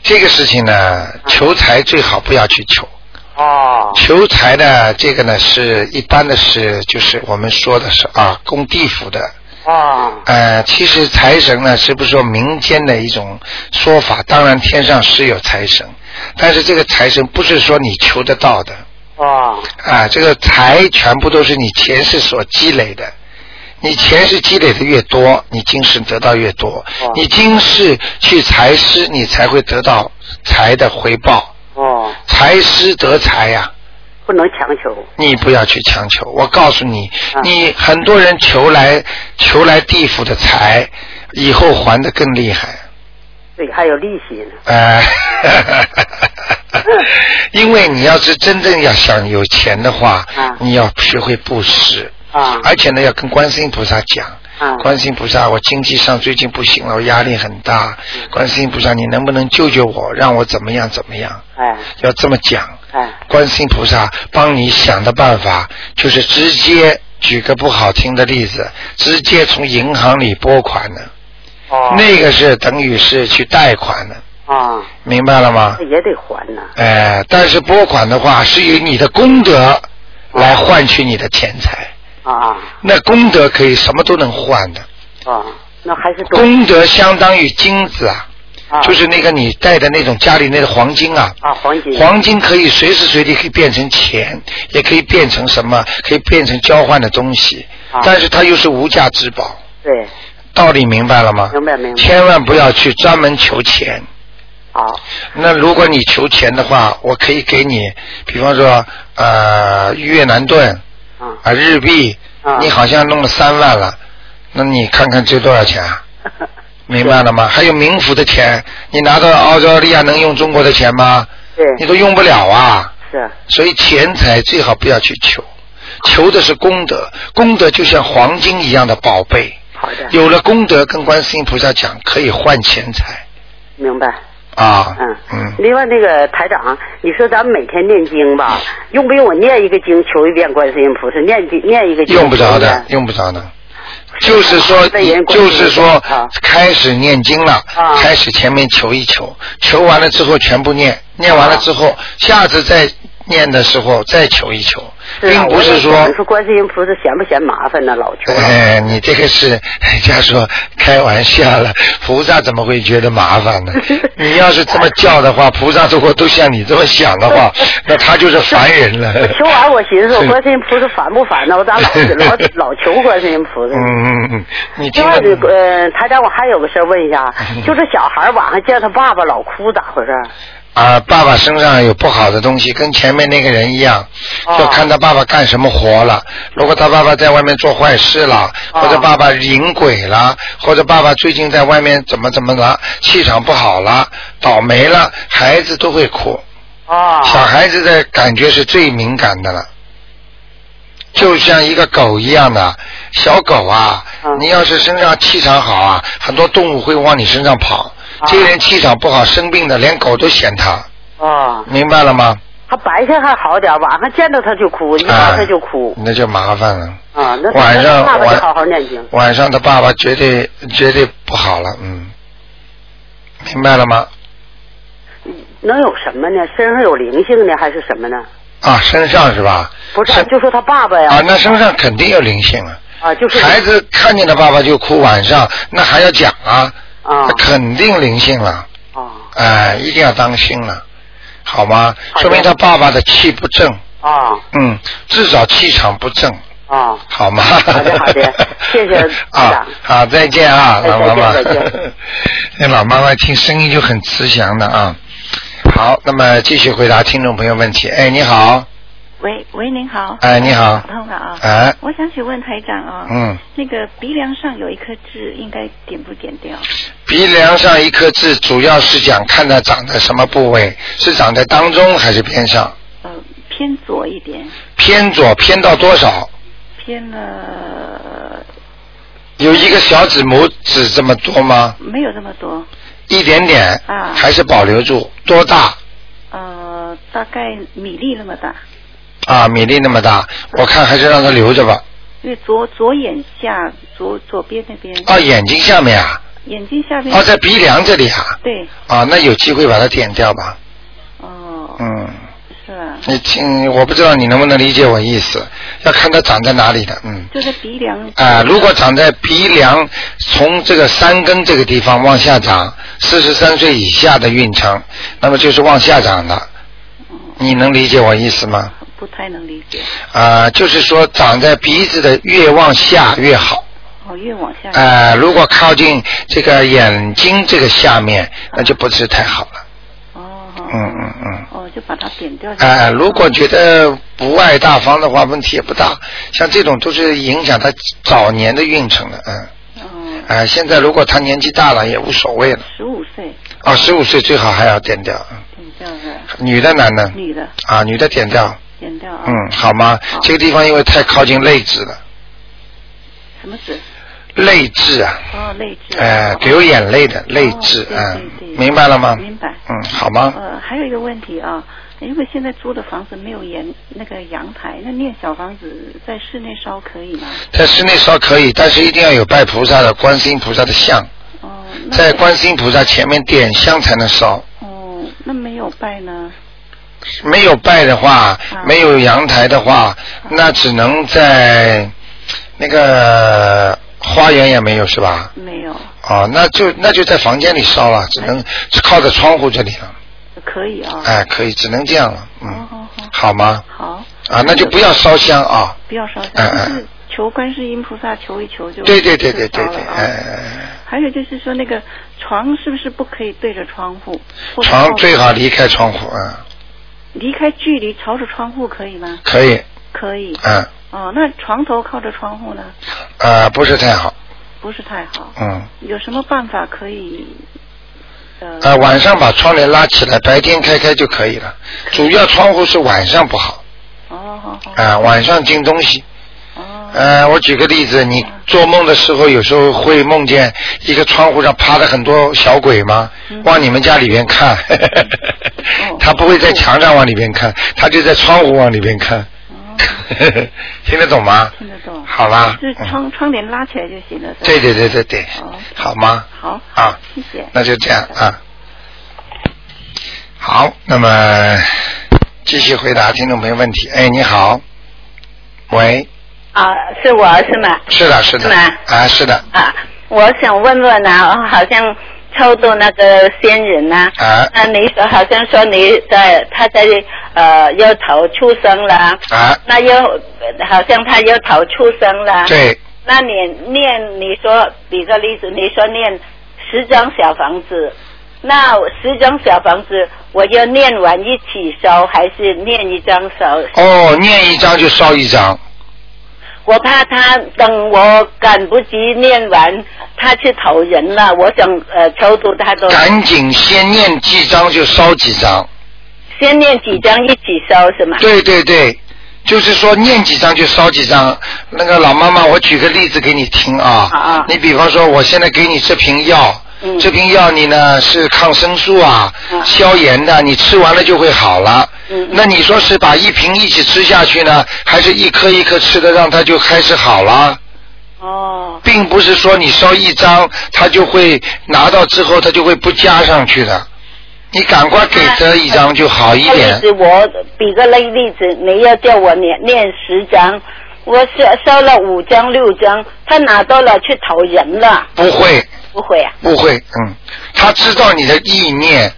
[SPEAKER 1] 这个事情呢，求财最好不要去求，
[SPEAKER 7] 哦
[SPEAKER 1] 求财呢，这个呢是一般的是就是我们说的是啊，供地府的，
[SPEAKER 7] 哦
[SPEAKER 1] 呃，其实财神呢，是不是说民间的一种说法？当然，天上是有财神，但是这个财神不是说你求得到的
[SPEAKER 7] 哦
[SPEAKER 1] 啊、这个财全部都是你前世所积累的。你前世积累的越多，你今世得到越多。你今世去财施，你才会得到财的回报。
[SPEAKER 7] 哦，
[SPEAKER 1] 财施得财呀、
[SPEAKER 7] 不能强求
[SPEAKER 1] 你不要去强求。我告诉你
[SPEAKER 7] 啊，
[SPEAKER 1] 你很多人求来求来地府的财，以后还的更厉害。
[SPEAKER 7] 对，还有利息呢。
[SPEAKER 1] 呃，因为你要是真正要想有钱的话，
[SPEAKER 7] 啊
[SPEAKER 1] 你要学会布施，
[SPEAKER 7] 啊
[SPEAKER 1] 而且呢要跟观世音菩萨讲。
[SPEAKER 7] 啊
[SPEAKER 1] 观世音菩萨，我经济上最近不行了，我压力很大。
[SPEAKER 7] 嗯
[SPEAKER 1] 观世音菩萨，你能不能救救我，让我怎么样怎么样？
[SPEAKER 7] 哎
[SPEAKER 1] 要这么讲。
[SPEAKER 7] 哎
[SPEAKER 1] 观世音菩萨帮你想的办法，就是直接举个不好听的例子，直接从银行里拨款的，
[SPEAKER 7] 哦
[SPEAKER 1] 那个是等于是去贷款的，
[SPEAKER 7] 啊，
[SPEAKER 1] 明白了吗
[SPEAKER 7] 那？也得还呢。
[SPEAKER 1] 哎、但是拨款的话是以你的功德来换取你的钱财，
[SPEAKER 7] 啊
[SPEAKER 1] 那功德可以什么都能换的，
[SPEAKER 7] 啊，那还是多
[SPEAKER 1] 功德相当于金子啊，
[SPEAKER 7] 啊，
[SPEAKER 1] 就是那个你带的那种家里那个黄金啊，
[SPEAKER 7] 啊黄金
[SPEAKER 1] 黄金可以随时随地可以变成钱，也可以变成什么，可以变成交换的东西，
[SPEAKER 7] 啊
[SPEAKER 1] 但是它又是无价之宝，
[SPEAKER 7] 对，
[SPEAKER 1] 道理明白了吗？
[SPEAKER 7] 明白明白
[SPEAKER 1] 千万不要去专门求钱。
[SPEAKER 7] 好
[SPEAKER 1] 那如果你求钱的话，我可以给你，比方说呃越南盾
[SPEAKER 7] 啊
[SPEAKER 1] 啊、日币，
[SPEAKER 7] 啊
[SPEAKER 1] 你好像弄了三万了，那你看看这多少钱 啊？明白了吗？还有冥府的钱，你拿到澳大利亚能用中国的钱吗？
[SPEAKER 7] 对
[SPEAKER 1] 你都用不了啊。
[SPEAKER 7] 是
[SPEAKER 1] 所以钱财最好不要去求，求的是功德，功德就像黄金一样的宝贝。
[SPEAKER 7] 好的，
[SPEAKER 1] 有了功德，跟观世音菩萨讲，可以换钱财
[SPEAKER 7] 明白。
[SPEAKER 1] 啊。
[SPEAKER 7] 嗯
[SPEAKER 1] 嗯，
[SPEAKER 7] 另外，那个台长，你说咱们每天念经吧，用不用我念一个经求一遍观世音菩萨？念经念一个经
[SPEAKER 1] 用不着
[SPEAKER 7] 求一
[SPEAKER 1] 的
[SPEAKER 7] 遍，
[SPEAKER 1] 用不着的。就是说
[SPEAKER 7] 被人，管理
[SPEAKER 1] 就是说
[SPEAKER 7] 啊，
[SPEAKER 1] 开始念经了，
[SPEAKER 7] 啊
[SPEAKER 1] 开始前面求一求，求完了之后全部念，念完了之后，下次再念的时候再求一求，
[SPEAKER 7] 是啊
[SPEAKER 1] 并不
[SPEAKER 7] 我
[SPEAKER 1] 是
[SPEAKER 7] 也
[SPEAKER 1] 说
[SPEAKER 7] 想说观世音菩萨嫌不嫌麻烦呢？老求了。
[SPEAKER 1] 哎，你这个是人家说开玩笑了，菩萨怎么会觉得麻烦呢？你要是这么叫的话，菩萨如果都像你这么想的 话，那他就是凡人了。
[SPEAKER 7] 我求完，我寻思，我观世音菩萨烦不烦呢？我咋老 老老求观世音菩萨？
[SPEAKER 1] 嗯嗯嗯， 你听
[SPEAKER 7] 另外，
[SPEAKER 1] 了
[SPEAKER 7] 呃，台长，我还有个事儿问一 下，啊就是小孩儿晚上见他爸爸老哭，咋回事儿？
[SPEAKER 1] 啊，爸爸身上有不好的东西，跟前面那个人一样，
[SPEAKER 7] 哦
[SPEAKER 1] 就看他爸爸干什么活了。如果他爸爸在外面做坏事了，
[SPEAKER 7] 哦
[SPEAKER 1] 或者爸爸引鬼了，或者爸爸最近在外面怎么怎么了，气场不好了，倒霉了，孩子都会哭。
[SPEAKER 7] 啊，
[SPEAKER 1] 小孩子的感觉是最敏感的了，就像一个狗一样的小狗啊，
[SPEAKER 7] 嗯
[SPEAKER 1] 你要是身上气场好啊，很多动物会往你身上跑。
[SPEAKER 7] 啊
[SPEAKER 1] 这个人气场不好，生病的连狗都嫌他，
[SPEAKER 7] 啊，
[SPEAKER 1] 明白了吗？
[SPEAKER 7] 他白天还好点儿，晚上见到他就哭，一
[SPEAKER 1] 啊
[SPEAKER 7] 瞧，他就哭。
[SPEAKER 1] 那就麻烦了。
[SPEAKER 7] 啊，那
[SPEAKER 1] 晚上
[SPEAKER 7] 他爸爸
[SPEAKER 1] 晚
[SPEAKER 7] 就好好念经。
[SPEAKER 1] 晚上他爸爸绝对绝对不好了，嗯，明白了吗？
[SPEAKER 7] 能有什么呢？身上有灵性呢，还是什么呢？
[SPEAKER 1] 啊，身上是吧？
[SPEAKER 7] 不是，
[SPEAKER 1] 身
[SPEAKER 7] 就说他爸爸呀
[SPEAKER 1] 啊，，那身上肯定有灵性啊。
[SPEAKER 7] 啊，就是
[SPEAKER 1] 孩子看见他爸爸就哭，晚上那还要讲啊？
[SPEAKER 7] 啊
[SPEAKER 1] 那肯定灵性了，
[SPEAKER 7] 啊
[SPEAKER 1] 哎，一定要当心了，好吗？
[SPEAKER 7] 好的
[SPEAKER 1] 说明他爸爸的气不正，
[SPEAKER 7] 啊
[SPEAKER 1] 嗯，至少气场不正，
[SPEAKER 7] 啊，
[SPEAKER 1] 好吗？
[SPEAKER 7] 好的好的谢 谢台
[SPEAKER 1] 啊
[SPEAKER 7] 长，
[SPEAKER 1] 好，再见啊，
[SPEAKER 7] 哎
[SPEAKER 1] 老妈妈
[SPEAKER 7] 再见再见。
[SPEAKER 1] 那老妈妈听声音就很慈祥的啊。好，那么继续回答听众朋友问题。哎，你好，
[SPEAKER 8] 喂喂，您好。
[SPEAKER 1] 哎，你好
[SPEAKER 8] 打，通了啊。
[SPEAKER 1] 哎，
[SPEAKER 8] 我想请问台长啊、
[SPEAKER 1] 嗯，
[SPEAKER 8] 那个鼻梁上有一颗痣，应该点不点掉？
[SPEAKER 1] 鼻梁上一颗痣，主要是讲看它长在什么部位，是长在当中还是边上？
[SPEAKER 8] 呃，偏左一点，
[SPEAKER 1] 偏左偏到多少？
[SPEAKER 8] 偏了
[SPEAKER 1] 有一个小指拇指这么多吗？
[SPEAKER 8] 没有这么多，
[SPEAKER 1] 一点点，
[SPEAKER 8] 啊
[SPEAKER 1] 还是保留住？多大？
[SPEAKER 8] 呃，大概米粒那么大。
[SPEAKER 1] 啊，米粒那么大，我看还是让它留着吧。
[SPEAKER 8] 因为左左眼下左左边那边、
[SPEAKER 1] 啊，眼睛下面啊，
[SPEAKER 8] 眼睛下边、
[SPEAKER 1] 啊，在鼻梁这里啊，
[SPEAKER 8] 对
[SPEAKER 1] 啊，那有机会把它点掉吧。
[SPEAKER 8] 哦、
[SPEAKER 1] 嗯，
[SPEAKER 8] 是吧？
[SPEAKER 1] 你听，我不知道你能不能理解我意思，要看它长在哪里的，嗯。
[SPEAKER 8] 就在鼻梁
[SPEAKER 1] 啊、如果长在鼻梁，从这个三根这个地方往下长，四十三岁以下的运程，那么就是往下长的。你能理解我意思吗？
[SPEAKER 8] 不太能理解
[SPEAKER 1] 啊、就是说长在鼻子的越往下越好。
[SPEAKER 8] 哦，越往下
[SPEAKER 1] 啊、如果靠近这个眼睛这个下面，那就不是太好了。
[SPEAKER 8] 哦
[SPEAKER 1] 嗯嗯嗯。
[SPEAKER 8] 哦，就把它点掉。
[SPEAKER 1] 哎、如果觉得不爱大方的话，问题也不大。像这种都是影响他早年的运程的，嗯。
[SPEAKER 8] 嗯，
[SPEAKER 1] 哎、现在如果他年纪大了也无所谓了。
[SPEAKER 8] 十五岁
[SPEAKER 1] 啊，十五岁最好还要点掉，嗯
[SPEAKER 8] 点掉的，
[SPEAKER 1] 女的男的？
[SPEAKER 8] 女的
[SPEAKER 1] 啊，女的点掉，
[SPEAKER 8] 点掉啊。
[SPEAKER 1] 嗯，好吗？
[SPEAKER 8] 好
[SPEAKER 1] 这个地方因为太靠近泪痣了，
[SPEAKER 8] 什么痣？
[SPEAKER 1] 泪痣啊，
[SPEAKER 8] 哦，泪痣。
[SPEAKER 1] 哎、
[SPEAKER 8] 哦
[SPEAKER 1] 流眼泪的泪痣
[SPEAKER 8] 哦，对
[SPEAKER 1] 嗯
[SPEAKER 8] 对对，
[SPEAKER 1] 明白了吗？
[SPEAKER 8] 明白。
[SPEAKER 1] 嗯，好吗？
[SPEAKER 8] 呃，还有一个问题啊，因为现在租的房子没有阳那个阳台，那念小房子在室内烧可以吗？
[SPEAKER 1] 在室内烧可以，但是一定要有拜菩萨的观世音菩萨的像，
[SPEAKER 8] 哦，那
[SPEAKER 1] 在观世音菩萨前面点香才能烧。
[SPEAKER 8] 哦，那没有拜呢？
[SPEAKER 1] 没有拜的
[SPEAKER 8] 啊
[SPEAKER 1] 话，没有阳台的话，那只能在那个花园也没有是吧？
[SPEAKER 8] 没有，
[SPEAKER 1] 哦，那就那就在房间里烧了，只能靠着窗户这里了。
[SPEAKER 8] 可以啊。
[SPEAKER 1] 哎，可以，只能这样了，
[SPEAKER 8] 好
[SPEAKER 1] 嗯，
[SPEAKER 8] 好好，
[SPEAKER 1] 好吗？
[SPEAKER 8] 好，
[SPEAKER 1] 啊，那就不要烧香啊。
[SPEAKER 8] 不要烧香，
[SPEAKER 1] 哎哎
[SPEAKER 8] 就是求观世音菩萨求一求就
[SPEAKER 1] 对对对对
[SPEAKER 8] 就
[SPEAKER 1] 对
[SPEAKER 8] 烧了
[SPEAKER 1] 对，
[SPEAKER 8] 啊
[SPEAKER 1] 哎哎，
[SPEAKER 8] 还有就是说，那个床是不是不可以对着窗户？或
[SPEAKER 1] 哎
[SPEAKER 8] 者
[SPEAKER 1] 床
[SPEAKER 8] 靠
[SPEAKER 1] 最好离开窗户啊，
[SPEAKER 8] 离开距离，朝着窗户可以吗？
[SPEAKER 1] 可以，
[SPEAKER 8] 可以。
[SPEAKER 1] 嗯，
[SPEAKER 8] 哦，那床头靠着窗户呢，
[SPEAKER 1] 呃，不是太好，
[SPEAKER 8] 不是太好。
[SPEAKER 1] 嗯，
[SPEAKER 8] 有什么办法可以？呃，
[SPEAKER 1] 呃，晚上把窗帘拉起来，白天开开就可以了。主要窗户是晚上不好，
[SPEAKER 8] 哦
[SPEAKER 1] 啊，晚上进东西。呃，我举个例子，你做梦的时候有时候会梦见一个窗户上趴着很多小鬼吗？
[SPEAKER 8] 嗯
[SPEAKER 1] 往你们家里边看，
[SPEAKER 8] 哦
[SPEAKER 1] 他不会在墙上往里边看，他就在窗户往里边看。 听得懂吗？
[SPEAKER 8] 哦听得懂。
[SPEAKER 1] 好啦，
[SPEAKER 8] 就是窗窗帘拉起来就行了。是吧
[SPEAKER 1] 啊嗯对对对对对，好吗？
[SPEAKER 8] 好，
[SPEAKER 1] 啊，
[SPEAKER 8] 谢谢。
[SPEAKER 1] 那就这样啊。好，那么继续回答听众朋友问题。哎，你好，喂，
[SPEAKER 9] 啊，是我是吗？
[SPEAKER 1] 是的，是
[SPEAKER 9] 是
[SPEAKER 1] 的
[SPEAKER 9] 吗，
[SPEAKER 1] 啊，是的，
[SPEAKER 9] 啊，我想问问啊，我好像抽到那个仙人呐、
[SPEAKER 1] 啊
[SPEAKER 9] 那你说好像说你在他在呃腰头出生了，
[SPEAKER 1] 啊，
[SPEAKER 9] 那又呃好像他腰头出生了，，
[SPEAKER 1] 对，
[SPEAKER 9] 那你念你说比个例子，你说念十张小房子，那十张小房子我要念完一起收，还是念一张收？
[SPEAKER 1] 哦，念一张就烧一张，
[SPEAKER 9] 我怕他等我赶不及念完，他去投人了。我想呃抽出他的，
[SPEAKER 1] 赶紧先念几张就烧几张。
[SPEAKER 9] 先念几张一起收是吗？
[SPEAKER 1] 对对对，就是说念几张就烧几张。那个老妈妈，我举个例子给你听啊。你比方说，我现在给你这瓶药，这瓶药你呢是抗生素啊、嗯消炎的，你吃完了就会好了。那你说是把一瓶一起吃下去呢，还是一颗一颗吃的，让它就开始好了？哦。并不是说你烧一张，它就会拿到之后，它就会不加上去的。你赶快给这一张就好一点。
[SPEAKER 9] 例子我比个例例子，你要叫我念念十张，我收收了五张六张，他拿到了去投人了。
[SPEAKER 1] 不会。
[SPEAKER 9] 不会啊。
[SPEAKER 1] 不会，嗯，他知道你的意念，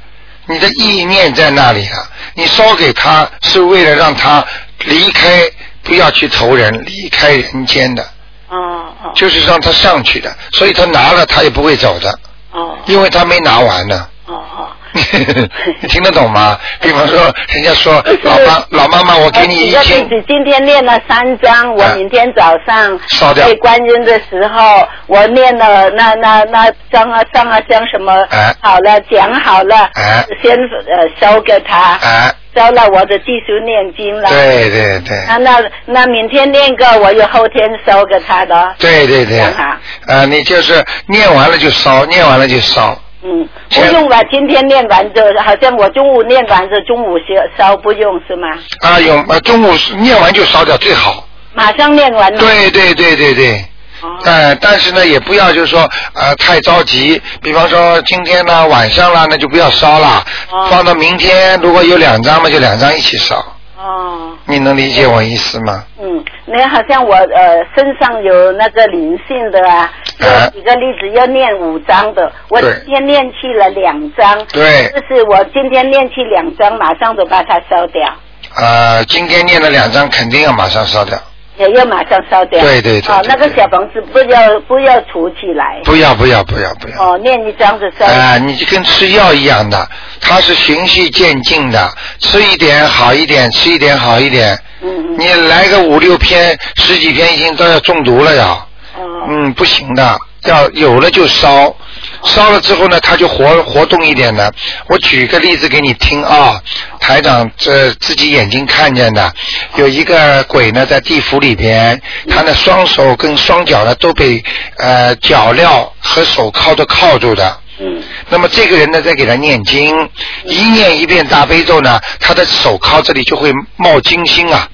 [SPEAKER 1] 你的意念在那里了。你烧给他是为了让他离开，不要去投人，离开人间的。哦哦。就是让他上去的，所以他拿了他也不会走的。哦。因为他没拿完呢。哦哦。 你听得懂吗？比方说，人家说老妈老妈哦妈，我给 你
[SPEAKER 9] 举
[SPEAKER 1] 一
[SPEAKER 9] 个例
[SPEAKER 1] 千
[SPEAKER 9] 子，今天念了三张，我
[SPEAKER 1] 啊
[SPEAKER 9] 明天早上
[SPEAKER 1] 烧掉
[SPEAKER 9] 对观音的时候，我念了那那那张啊上啊张什么
[SPEAKER 1] 啊
[SPEAKER 9] 好了，讲好了，
[SPEAKER 1] 啊
[SPEAKER 9] 先呃收给他，
[SPEAKER 1] 啊，
[SPEAKER 9] 收了我的继续念经了。
[SPEAKER 1] 对对对。
[SPEAKER 9] 那那那明天念个，我有后天收给他的。
[SPEAKER 1] 对对对，
[SPEAKER 9] 讲好
[SPEAKER 1] 啊、你就是念完了就烧，念完了就烧，
[SPEAKER 9] 嗯，不用吧，今天念完就好像我中午念完就中午收收，不用是吗？
[SPEAKER 1] 啊，有啊，中午念完就烧掉最好。
[SPEAKER 9] 马上念完了。
[SPEAKER 1] 对对对对对。呃，但是呢，也不要就是说呃太着急，比方说今天呢晚上啦，那就不要烧了，放到明天如果有两张嘛，就两张一起烧。哦。你能理解我意思吗？
[SPEAKER 9] 嗯，那好像我呃身上有那个灵性的啊，
[SPEAKER 1] 啊
[SPEAKER 9] 这几个例子要念五张的，我今
[SPEAKER 1] 对
[SPEAKER 9] 天念去了两张，
[SPEAKER 1] 对
[SPEAKER 9] 就是我今天念去两张，马上就把它烧掉，
[SPEAKER 1] 呃，今天念了两张，肯定要马上烧掉。
[SPEAKER 9] 也要马上烧掉。
[SPEAKER 1] 对对对
[SPEAKER 9] 哦，那个小房子不要不要储起来。
[SPEAKER 1] 不要不要不要不要。
[SPEAKER 9] 哦，念一张就烧。
[SPEAKER 1] 啊、你就跟吃药一样的，它是循序渐进的，吃一点好一点，吃一点好一点。嗯你来个五六篇、十几篇，已经都要中毒了呀。嗯，不行的，要有了就烧，烧了之后呢，它就活活动一点的。我举个例子给你听啊，台长这自己眼睛看见的，有一个鬼呢在地府里边，他的双手跟双脚呢都被呃脚镣和手铐都铐住的。那么这个人呢，在给他念经，一念一遍大悲咒呢，他的手铐这里就会冒金星啊，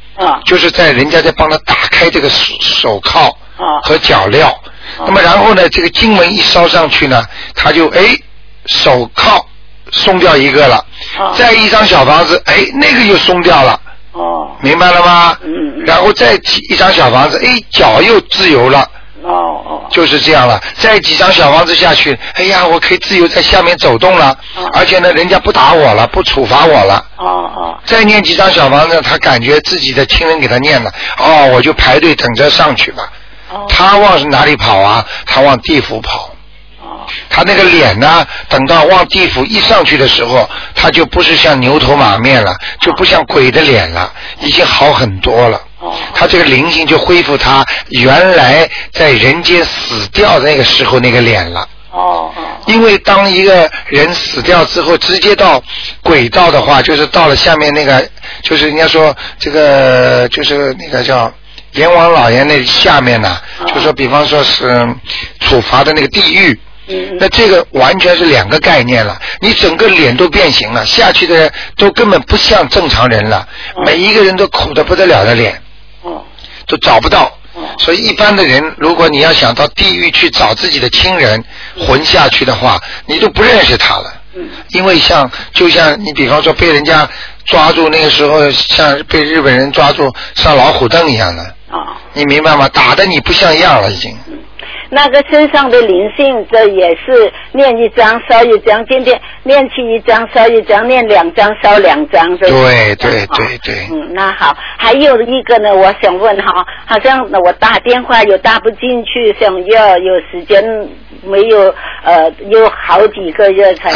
[SPEAKER 1] 就是在人家在帮他打开这个手手铐和脚镣。那么然后呢，这个经文一烧上去呢，他就哎手铐松掉一个了，再一张小房子，哎那个又松掉了。哦，明白了吗？嗯。然后再起一张小房子，哎，脚又自由了。哦就是这样了。再几张小房子下去，哎呀，我可以自由在下面走动了，而且呢，人家不打我了，不处罚我了。哦
[SPEAKER 8] uh,
[SPEAKER 1] 哦。再念几张小房子，他感觉自己的亲人给他念了，哦，我就排队等着上去吧。他往哪里跑啊？他往地府跑。他那个脸呢，等到往地府一上去的时候，他就不是像牛头马面了，就不像鬼的脸了，已经好很多了。他这个灵性就恢复他原来在人间死掉那个时候那个脸了。
[SPEAKER 9] 哦哦，
[SPEAKER 1] 因为当一个人死掉之后，直接到轨道的话，就是到了下面那个，就是人家说这个就是那个叫阎王老爷那下面呐、就说比方说是处罚的那个地狱。那这个完全是两个概念了，你整个脸都变形了，下去的人都根本不像正常人了，每一个人都苦的不得了的脸，都找不到。所以一般的人，如果你要想到地狱去找自己的亲人混下去的话，你都不认识他了。因为像就像你比方说被人家抓住那个时候，像被日本人抓住上老虎凳一样的。你明白吗？打的你不像样了已经。
[SPEAKER 9] 那个身上的灵性，这也是念一张烧一张，今天念去一张烧一张，念两张烧两张，这
[SPEAKER 1] 对对对对，
[SPEAKER 9] 嗯，那好，还有一个呢，我想问哈，好像我打电话又打不进去，想要有时间没有，呃，有好几个月才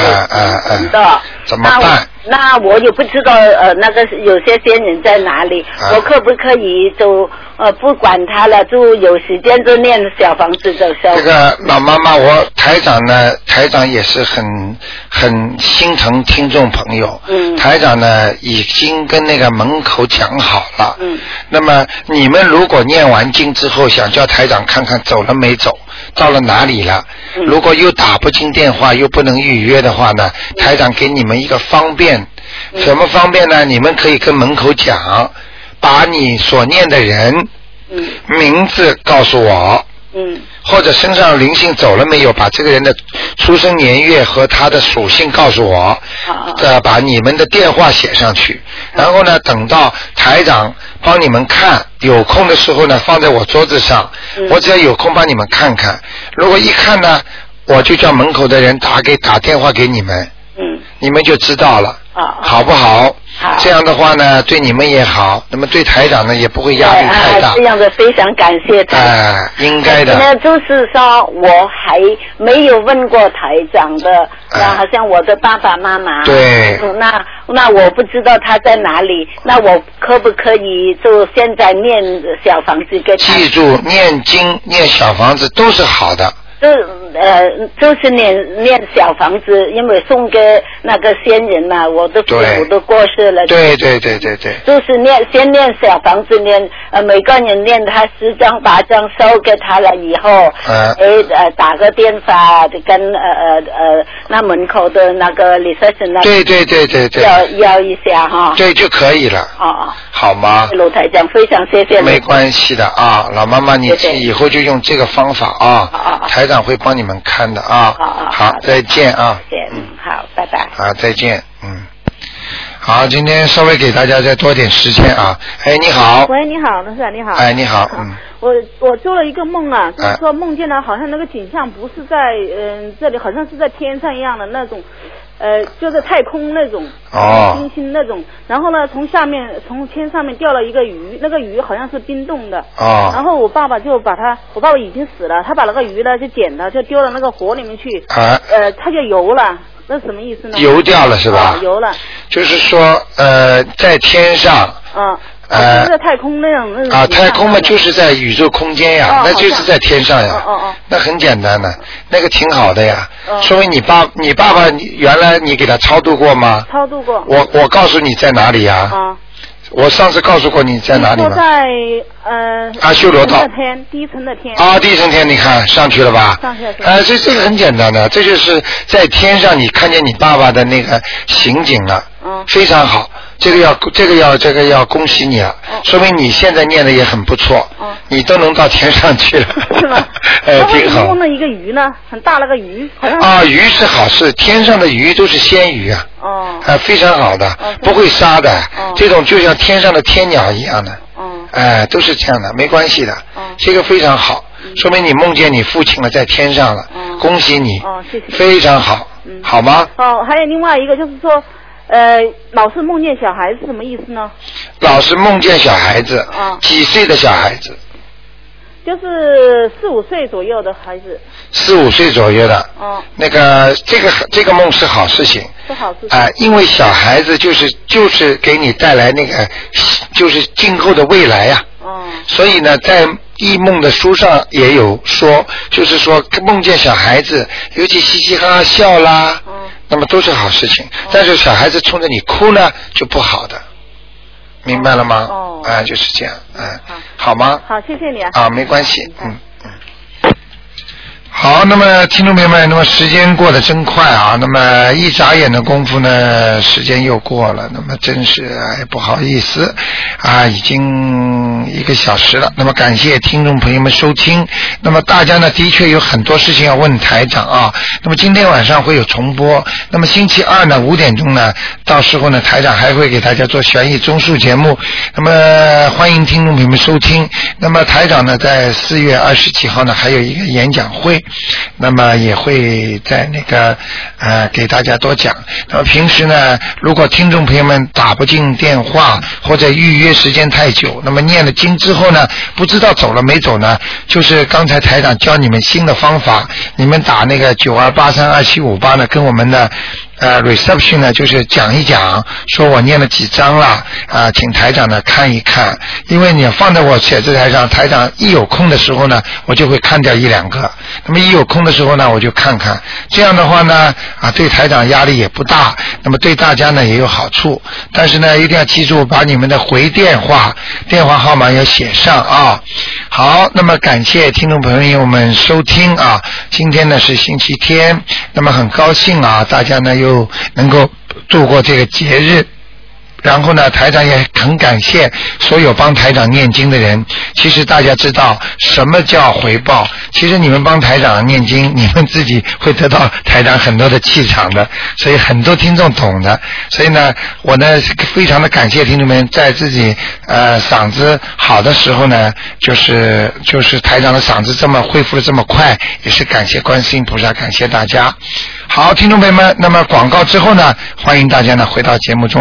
[SPEAKER 9] 等到，
[SPEAKER 1] 啊怎么
[SPEAKER 9] 那我
[SPEAKER 1] 办？
[SPEAKER 9] 那我也不知道，呃，那个有些仙人在哪里，
[SPEAKER 1] 啊
[SPEAKER 9] 我可不可以就呃不管他了，就有时间就念小房子就消。
[SPEAKER 1] 这个老妈妈，我台长呢，台长也是很很心疼听众朋友。嗯。台长呢，已经跟那个门口讲好了。嗯。那么你们如果念完经之后，想叫台长看看走了没走，到了哪里了，如果又打不进电话，又不能预约的话呢，台长给你们一个方便，什么方便呢？你们可以跟门口讲，把你所念的人。名字告诉我。
[SPEAKER 9] 嗯。
[SPEAKER 1] 或者身上灵性走了没有？把这个人的出生年月和他的属性告诉我。呃，把你们的电话写上去，然后呢，等到台长帮你们看，有空的时候呢，放在我桌子上，
[SPEAKER 9] 嗯
[SPEAKER 1] 我只要有空帮你们看看。如果一看呢，我就叫门口的人打给打电话给你们，
[SPEAKER 9] 嗯，
[SPEAKER 1] 你们就知道了，好不好？好。这样的话呢，对你们也好，那么对台长呢也不会压力太大
[SPEAKER 9] 啊，。这样的非常感谢他。
[SPEAKER 1] 哎、应该的。
[SPEAKER 9] 那就是说，我还没有问过台长的，那好像我的爸爸妈妈，
[SPEAKER 1] 哎对
[SPEAKER 9] 嗯那那我不知道他在哪里，那我可不可以就现在念小房子给他？
[SPEAKER 1] 记住，念经、念小房子都是好的。
[SPEAKER 9] 就呃，就是念念小房子，因为送给那个先人嘛，我的父
[SPEAKER 1] 对
[SPEAKER 9] 母都过世了，
[SPEAKER 1] 对对对对对，
[SPEAKER 9] 就是念先念小房子念，呃，每个人念他十张八张收给他了以后，
[SPEAKER 1] 嗯
[SPEAKER 9] 哎呃打个电话跟呃呃呃那门口的那个李先生那
[SPEAKER 1] 对对对对对
[SPEAKER 9] 要要一下哈，
[SPEAKER 1] 对就可以了，
[SPEAKER 9] 哦哦，
[SPEAKER 1] 好吗？
[SPEAKER 9] 卢台长非常谢谢你，
[SPEAKER 1] 没关系的啊，老妈妈，你
[SPEAKER 9] 谢谢
[SPEAKER 1] 以后就用这个方法啊，台长会帮你们看的啊。好，再见啊，
[SPEAKER 9] 系，嗯好，拜拜。
[SPEAKER 1] 啊，再见，嗯。好，今天稍微给大家再多点时间啊。哎，你好，
[SPEAKER 10] 喂，你好，卢台长，你好。
[SPEAKER 1] 哎，你好，嗯，
[SPEAKER 10] 我我做了一个梦啊，就
[SPEAKER 1] 哎
[SPEAKER 10] 是说梦见了好像那个景象不是在嗯、这里，好像是在天上一样的那种，呃，就在太空那种，
[SPEAKER 1] 哦
[SPEAKER 10] 星星那种。然后呢，从下面从天上面掉了一个鱼，那个鱼好像是冰冻的。
[SPEAKER 1] 哦
[SPEAKER 10] 然后我爸爸就把它，我爸爸已经死了，他把那个鱼呢就捡了，就丢到那个火里面去。
[SPEAKER 1] 啊
[SPEAKER 10] 呃，它就游了，那什么意思呢？
[SPEAKER 1] 游掉了是吧
[SPEAKER 10] 啊游了，
[SPEAKER 1] 就是说，呃，在天上
[SPEAKER 10] 啊。就
[SPEAKER 1] 呃
[SPEAKER 10] 是在太空那样那种
[SPEAKER 1] 啊，
[SPEAKER 10] 形象
[SPEAKER 1] 太空嘛，就是在宇宙空间呀
[SPEAKER 10] 哦，
[SPEAKER 1] 那
[SPEAKER 10] 好
[SPEAKER 1] 就是
[SPEAKER 10] 像
[SPEAKER 1] 在天上呀。
[SPEAKER 10] 哦嗯哦哦
[SPEAKER 1] 那很简单的，那个挺好的呀。说明你爸，你爸爸你原来你给他超度过吗？
[SPEAKER 10] 超度过。
[SPEAKER 1] 啊我我告诉你在哪里呀、
[SPEAKER 10] 啊，
[SPEAKER 1] 我上次告诉过你在哪里
[SPEAKER 10] 说
[SPEAKER 1] 吗？
[SPEAKER 10] 在呃
[SPEAKER 1] 阿修罗道
[SPEAKER 10] 低层的天，低层的天。
[SPEAKER 1] 啊，第一层天你看上去了吧？
[SPEAKER 10] 上去了上去了
[SPEAKER 1] 啊，这这个很简单的，这就是在天上你看见你爸爸的那个刑景了。嗯。非常好，这个要这个要这个要恭喜你啊！
[SPEAKER 10] 哦
[SPEAKER 1] 说明你现在念的也很不错。你都能到天上去了。是吗？ 哎，
[SPEAKER 10] 然后
[SPEAKER 1] 挺
[SPEAKER 10] 我
[SPEAKER 1] 好
[SPEAKER 10] 梦。了一个鱼呢，很大那个鱼，好像
[SPEAKER 1] 啊，鱼是好事，天上的鱼都是鲜鱼啊。
[SPEAKER 10] 哦。
[SPEAKER 1] 啊，非常好的，不会杀的，这种就像天上的天鸟一样的。
[SPEAKER 10] 哦。
[SPEAKER 1] 哎，都是这样的，没关系的。这个非常好，说明你梦见你父亲了，在天上了，恭喜你，
[SPEAKER 10] 嗯哦，谢谢。
[SPEAKER 1] 非常好，好吗？
[SPEAKER 10] 哦，还有另外一个就是说，呃，老是梦见小孩是什么意思呢？
[SPEAKER 1] 老是梦见小孩子
[SPEAKER 10] 哦，
[SPEAKER 1] 几岁的小孩子，
[SPEAKER 10] 就是四五岁左右的孩子，
[SPEAKER 1] 四五岁左右的，
[SPEAKER 10] 哦，
[SPEAKER 1] 那个这个这个梦是好事情。
[SPEAKER 10] 不好是
[SPEAKER 1] 啊、因为小孩子就是啊就是给你带来那个，就是今后的未来呀、所以呢，在异梦的书上也有说，就是说梦见小孩子，尤其嘻嘻哈哈笑啦，那么都是好事情。但是小孩子冲着你哭呢，就不好的，明白了吗？啊，就是这样，嗯，好吗？
[SPEAKER 10] 好，谢谢你啊。
[SPEAKER 1] 啊，没关系，嗯。好，那么听众朋友们，那么时间过得真快啊！那么一眨眼的功夫呢，时间又过了，那么真是哎不好意思啊，已经一个小时了。那么感谢听众朋友们收听。那么大家呢，的确有很多事情要问台长啊。那么今天晚上会有重播，那么星期二呢五点钟呢，到时候呢台长还会给大家做悬疑综述节目。那么欢迎听众朋友们收听。那么台长呢，在四月二十几号呢，还有一个演讲会。那么也会在那个呃给大家多讲。那么平时呢，如果听众朋友们打不进电话或者预约时间太久，那么念了经之后呢，不知道走了没走呢，就是刚才台长教你们新的方法，你们打那个九二八三二七五八呢，跟我们的。呃，reception 呢，就是讲一讲，说我念了几章了，啊、请台长呢看一看，因为你放在我写字台上，台长一有空的时候呢，我就会看掉一两个，那么一有空的时候呢，我就看看，这样的话呢，啊，对台长压力也不大，那么对大家呢也有好处，但是呢，一定要记住把你们的回电话、电话号码要写上啊。好，那么感谢听众朋友们收听啊，今天呢是星期天，那么很高兴啊，大家呢又能够度过这个节日。然后呢，台长也很感谢所有帮台长念经的人。其实大家知道什么叫回报？其实你们帮台长念经， 你们自己会得到台长很多的气场的，所以很多听众懂的。所以呢，我呢非常的感谢听众们，在自己呃嗓子好的时候呢，就是就是台长的嗓子这么恢复的这么快，也是感谢观世音菩萨，感谢大家。好，听众朋友们，那么广告之后呢，欢迎大家呢回到节目中来。